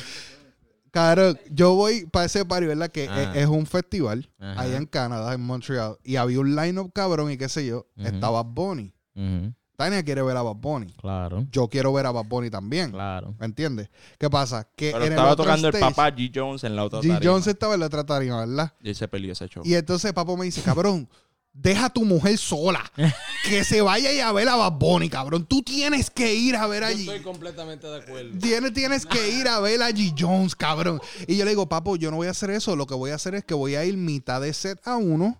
Speaker 1: Cabrón, yo voy para ese party, ¿verdad? Que
Speaker 2: Ah.
Speaker 1: es, es un festival
Speaker 2: Ajá.
Speaker 1: allá en Canadá, en Montreal. Y había un line-up cabrón y qué sé yo.
Speaker 2: Ujú.
Speaker 1: Estaba Bad Bunny.
Speaker 2: Ujú,
Speaker 1: Tania quiere ver a Bad Bunny.
Speaker 2: Claro,
Speaker 1: Yo quiero ver a Bad Bunny también.
Speaker 2: claro.
Speaker 1: ¿Me entiendes? ¿Qué pasa? Que
Speaker 8: Pero
Speaker 1: en el
Speaker 8: estaba
Speaker 1: otro
Speaker 8: tocando el
Speaker 1: stage,
Speaker 8: papá G. Jones en la otra
Speaker 1: G.
Speaker 8: tarima.
Speaker 1: Jones estaba en la otra tarima, ¿verdad?
Speaker 8: Y se peleó ese show.
Speaker 1: Y entonces Papo me dice, cabrón, deja a tu mujer sola. Que se vaya y a ver a Bad Bunny, cabrón. Tú tienes que ir a ver allí.
Speaker 7: completamente de acuerdo.
Speaker 1: Tienes, tienes que ir a ver a G. Jones, cabrón. Y yo le digo, papo, yo no voy a hacer eso. Lo que voy a hacer es que voy a ir mitad de set a uno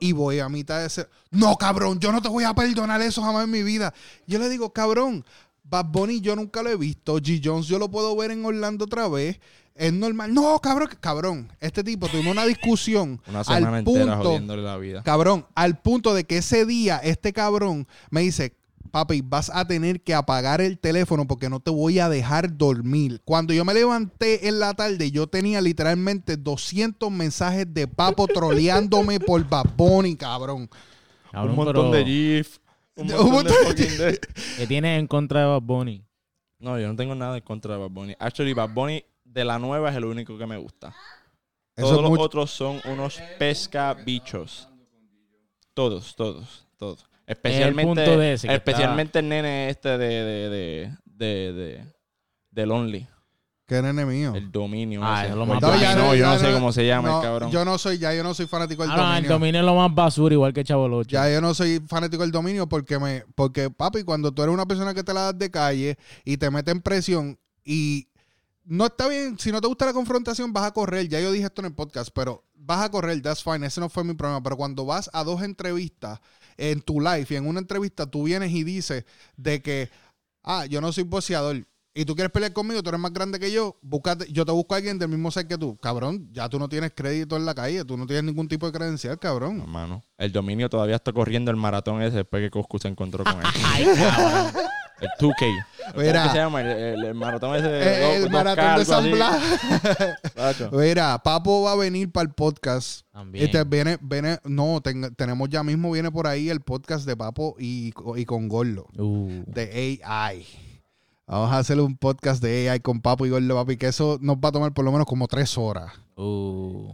Speaker 1: y voy a mitad de set. No, cabrón, yo no te voy a perdonar eso jamás en mi vida. Yo le digo, cabrón, Bad Bunny yo nunca lo he visto. G. Jones yo lo puedo ver en Orlando otra vez. Es normal. No, cabrón, cabrón. Este tipo tuvimos una discusión
Speaker 8: Una semana
Speaker 1: al
Speaker 8: entera
Speaker 1: punto
Speaker 8: jodiéndole la vida.
Speaker 1: Cabrón, al punto de que ese día este cabrón me dice, papi, vas a tener que apagar el teléfono porque no te voy a dejar dormir. Cuando yo me levanté en la tarde, yo tenía literalmente 200 mensajes de papo troleándome por Baboni, cabrón.
Speaker 2: Cabrón,
Speaker 8: un
Speaker 2: pero,
Speaker 8: montón de GIF. Un
Speaker 1: Un
Speaker 8: montón,
Speaker 1: montón
Speaker 8: de fucking de-
Speaker 2: ¿Qué tienes en contra de Bad Bunny?
Speaker 8: No, yo no tengo nada en contra de Bad Bunny. Actually, Bad Bunny de la nueva es el único que me gusta.
Speaker 1: Eso
Speaker 8: todos
Speaker 1: es
Speaker 8: los
Speaker 1: mucho.
Speaker 8: otros son unos pesca bichos. Todos, todos, todos. Especialmente,
Speaker 2: punto de ese que
Speaker 8: especialmente el nene este de, de, de, de, de, del Only.
Speaker 1: Qué nene mío.
Speaker 8: El dominio.
Speaker 2: Ah,
Speaker 8: ese.
Speaker 2: es lo más
Speaker 8: No,
Speaker 2: bajo.
Speaker 8: ya no, yo no
Speaker 1: Oh. ya
Speaker 8: sé cómo se llama
Speaker 1: no,
Speaker 8: el cabrón.
Speaker 1: Yo no soy, ya yo no soy fanático del
Speaker 2: Ah, no,
Speaker 1: dominio.
Speaker 2: el dominio es lo más basura, igual que Chabolocho.
Speaker 1: Ya yo no soy fanático del dominio porque me, porque papi, cuando tú eres una persona que te la das de calle y te meten presión y no está bien, si no te gusta la confrontación vas a correr, ya yo dije esto en el podcast, pero vas a correr, that's fine, ese no fue mi problema, pero cuando vas a dos entrevistas en tu live y en una entrevista tú vienes y dices de que, ah, yo no soy boxeador. Y tú quieres pelear conmigo, tú eres más grande que yo, búscate, yo te busco a alguien del mismo ser que tú. Cabrón, ya tú no tienes crédito en la calle, tú no tienes ningún tipo de credencial, cabrón.
Speaker 8: No, mano. El dominio todavía está corriendo el maratón ese después que Coscu se encontró con él. El 2K. ¿Cómo
Speaker 1: Mira.
Speaker 8: que se llama? El, el- el maratón ese.
Speaker 1: Eh,
Speaker 8: de
Speaker 1: el
Speaker 8: dos-
Speaker 1: maratón de
Speaker 8: 2K, algo
Speaker 1: San
Speaker 8: así.
Speaker 1: Blas.
Speaker 8: Tacho.
Speaker 1: Mira, Papo va a venir para el podcast.
Speaker 2: También.
Speaker 1: Este viene, viene, no, ten- tenemos ya mismo, viene por ahí el podcast de Papo y, y con Gorlo,
Speaker 2: Uh.
Speaker 1: de AI. Vamos a hacer un podcast de AI con Papo y Gorlo, papi, que eso nos va a tomar por lo menos como tres horas.
Speaker 2: Uh.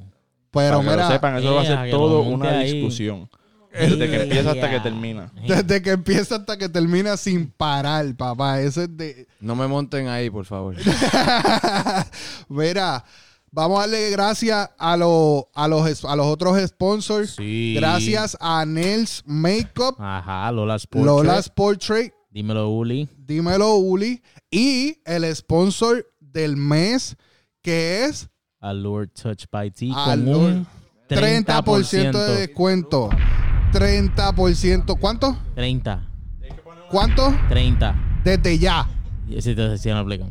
Speaker 1: Pero
Speaker 8: Para que lo
Speaker 1: mira,
Speaker 8: sepan, eso va a
Speaker 2: Ea,
Speaker 8: ser
Speaker 2: que lo
Speaker 8: todo
Speaker 2: monte
Speaker 8: una
Speaker 2: ahí.
Speaker 8: discusión. Desde que empieza hasta que
Speaker 2: Ea.
Speaker 8: termina.
Speaker 1: desde que empieza hasta que termina sin parar, papá. Eso es de...
Speaker 7: No me monten ahí, por favor.
Speaker 1: Mira, vamos a darle gracias a, lo- a, los, es- a los otros sponsors.
Speaker 2: Sí.
Speaker 1: Gracias a Nels Makeup,
Speaker 2: Ajá, Lolas Portrait.
Speaker 1: Lola's Portrait,
Speaker 2: Dímelo, Uli.
Speaker 1: Dímelo Uli y el sponsor del mes que es
Speaker 2: Allure Touch by T con
Speaker 1: Allure.
Speaker 2: un
Speaker 1: 30%,
Speaker 2: 30%.
Speaker 1: de descuento. 30%. ¿Cuánto?
Speaker 2: 30.
Speaker 1: ¿Cuánto?
Speaker 2: 30.
Speaker 1: Desde ya.
Speaker 2: Y si te si no aplican.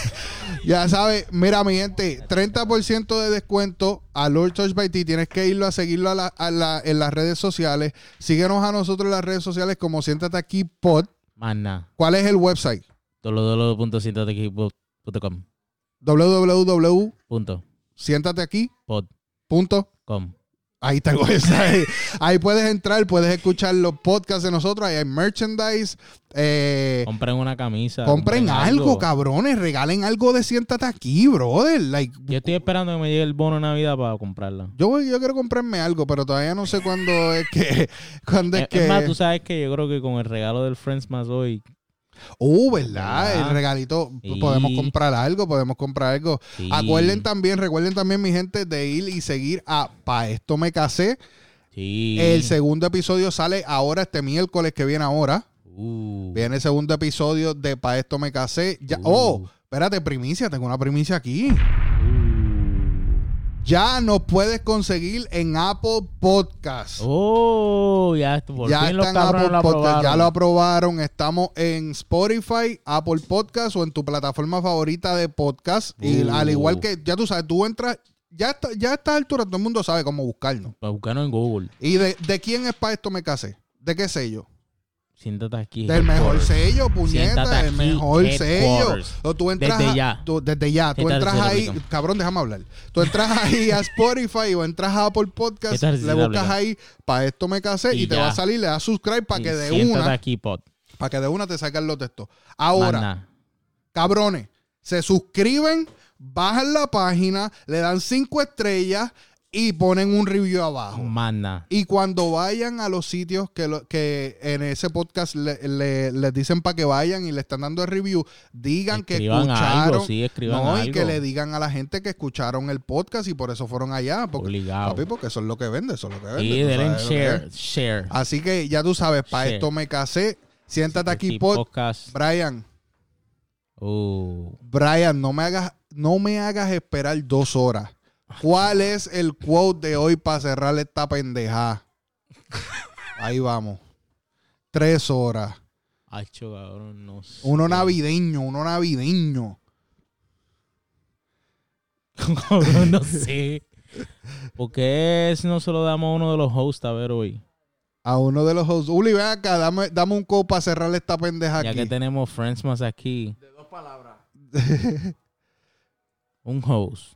Speaker 1: ya sabes, mira mi gente, 30% de descuento a Lord Touch by T. Tienes que irlo a seguirlo a la- a la- en las redes sociales. Síguenos a nosotros en las redes sociales como Siéntate Aquí Pod.
Speaker 2: Más nada.
Speaker 1: ¿Cuál es el website?
Speaker 2: www.cientatequip.com. Punto.
Speaker 1: www.siéntateaquí.com
Speaker 2: Pod. Com.
Speaker 1: Ahí está el website. Ahí puedes entrar, puedes escuchar los podcasts de nosotros. Ahí hay merchandise. Eh,
Speaker 2: Compren una camisa.
Speaker 1: compren algo, cabrones. Regalen algo de Siéntate Aquí, brother. Like,
Speaker 2: Yo estoy esperando que me llegue el bono de Navidad para comprarla.
Speaker 1: Yo, voy- yo quiero comprarme algo, pero todavía no sé cuándo es que. Cuándo es,
Speaker 2: Es,
Speaker 1: que.
Speaker 2: es más, tú sabes que yo creo que con el regalo del Friends más hoy.
Speaker 1: Uh, ¿verdad? El
Speaker 2: ¿Verdad?
Speaker 1: regalito.
Speaker 2: Ah. Sí.
Speaker 1: Podemos comprar algo, podemos comprar algo.
Speaker 2: Sí.
Speaker 1: Acuerden también, recuerden también, mi gente, de ir y seguir a Pa' esto me casé.
Speaker 2: Sí.
Speaker 1: El segundo episodio sale ahora, este miércoles que viene ahora.
Speaker 2: Uh.
Speaker 1: Viene el segundo episodio de Pa' esto me casé. Ya, Oh, espérate, primicia, tengo una primicia aquí.
Speaker 2: Uh.
Speaker 1: Ya nos puedes conseguir en Apple Podcast.
Speaker 2: Oh, ya, por
Speaker 1: ya
Speaker 2: fin los
Speaker 1: está en Apple
Speaker 2: cabrones lo
Speaker 1: Podcast,
Speaker 2: aprobaron.
Speaker 1: ya lo aprobaron. Estamos en Spotify, Apple Podcast o en tu plataforma favorita de podcast. Y
Speaker 2: Uh.
Speaker 1: al igual que, ya tú sabes, tú entras, ya, está, ya a esta altura todo el mundo sabe cómo buscarnos.
Speaker 2: Para buscarnos en Google.
Speaker 1: ¿Y de, de quién es para esto me casé? ¿De qué sello?
Speaker 2: Siéntate aquí.
Speaker 1: Del mejor
Speaker 2: headquarters.
Speaker 1: sello, puñeta,
Speaker 2: Siéntate
Speaker 1: del
Speaker 2: aquí,
Speaker 1: mejor sello.
Speaker 2: headquarters.
Speaker 1: O tú entras
Speaker 2: Desde
Speaker 1: a-
Speaker 2: ya.
Speaker 1: tú- desde ya. Tú
Speaker 2: Siéntate,
Speaker 1: entras
Speaker 2: siéntate,
Speaker 1: ahí,
Speaker 2: Rico.
Speaker 1: cabrón, déjame hablar. Tú entras ahí a Spotify o entras a Apple Podcast,
Speaker 2: Siéntate,
Speaker 1: le
Speaker 2: siéntate,
Speaker 1: buscas
Speaker 2: Rico.
Speaker 1: ahí, para esto me casé, y,
Speaker 2: Y
Speaker 1: te
Speaker 2: ya.
Speaker 1: va a salir, le das subscribe para
Speaker 2: Sí,
Speaker 1: que de
Speaker 2: siéntate
Speaker 1: una
Speaker 2: aquí, pod.
Speaker 1: para que de una te saquen los textos.
Speaker 2: Más
Speaker 1: Ahora,
Speaker 2: nada.
Speaker 1: cabrones, se suscriben, bajan la página, le dan cinco estrellas y ponen un review abajo.
Speaker 2: Más nada.
Speaker 1: Y cuando vayan a los sitios que, lo- que en ese podcast le- le- les dicen para que vayan y le están dando el review, digan
Speaker 2: Escriban
Speaker 1: que escucharon.
Speaker 2: algo, sí, escriban
Speaker 1: no, y
Speaker 2: algo.
Speaker 1: que le digan a la gente que escucharon el podcast y por eso fueron allá. Porque,
Speaker 2: Obligado.
Speaker 1: Papi, porque eso es lo que vende, eso es lo que vende.
Speaker 2: Y
Speaker 1: tú
Speaker 2: denle
Speaker 1: sabes lo que
Speaker 2: share.
Speaker 1: es.
Speaker 2: Share.
Speaker 1: Así que ya tú sabes, para
Speaker 2: Sí.
Speaker 1: esto me casé. Siéntate aquí,
Speaker 2: Sí,
Speaker 1: pod.
Speaker 2: Este podcast.
Speaker 1: Brian,
Speaker 2: Oh.
Speaker 1: Brian, no me hagas, no me hagas esperar dos horas. ¿Cuál es el quote de hoy para cerrar esta pendejada? Ahí vamos. Tres horas.
Speaker 2: Hacho, cabrón, no sé.
Speaker 1: Uno navideño, uno navideño.
Speaker 2: Cabrón, no sé. ¿Por qué si no se lo damos a uno de los hosts a ver hoy?
Speaker 1: A uno de los hosts. Uli, ven acá, dame, dame un quote para cerrar esta pendeja
Speaker 2: Ya
Speaker 1: aquí.
Speaker 2: que tenemos Friends más aquí. De dos palabras. Un host.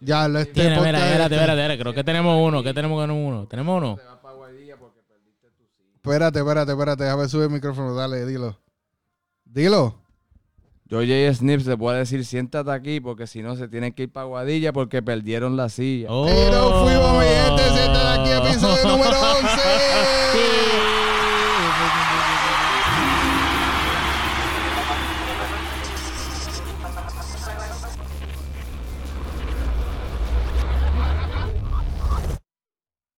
Speaker 1: Ya, lo este
Speaker 2: Tiene, mira,
Speaker 1: podcast
Speaker 2: espérate,
Speaker 1: este-
Speaker 2: espérate, espérate. Creo que tenemos uno. ¿Qué tenemos con uno? ¿Tenemos uno?
Speaker 1: espérate, espérate, espérate. Déjame subir el micrófono. Dale, dilo. Dilo.
Speaker 7: Yo, J. Snips, le voy a decir, siéntate aquí porque si no se tienen que ir para Guadilla porque perdieron la silla.
Speaker 2: Oh.
Speaker 1: Pero fuimos, mi gente. Siéntate aquí, episodio número 11.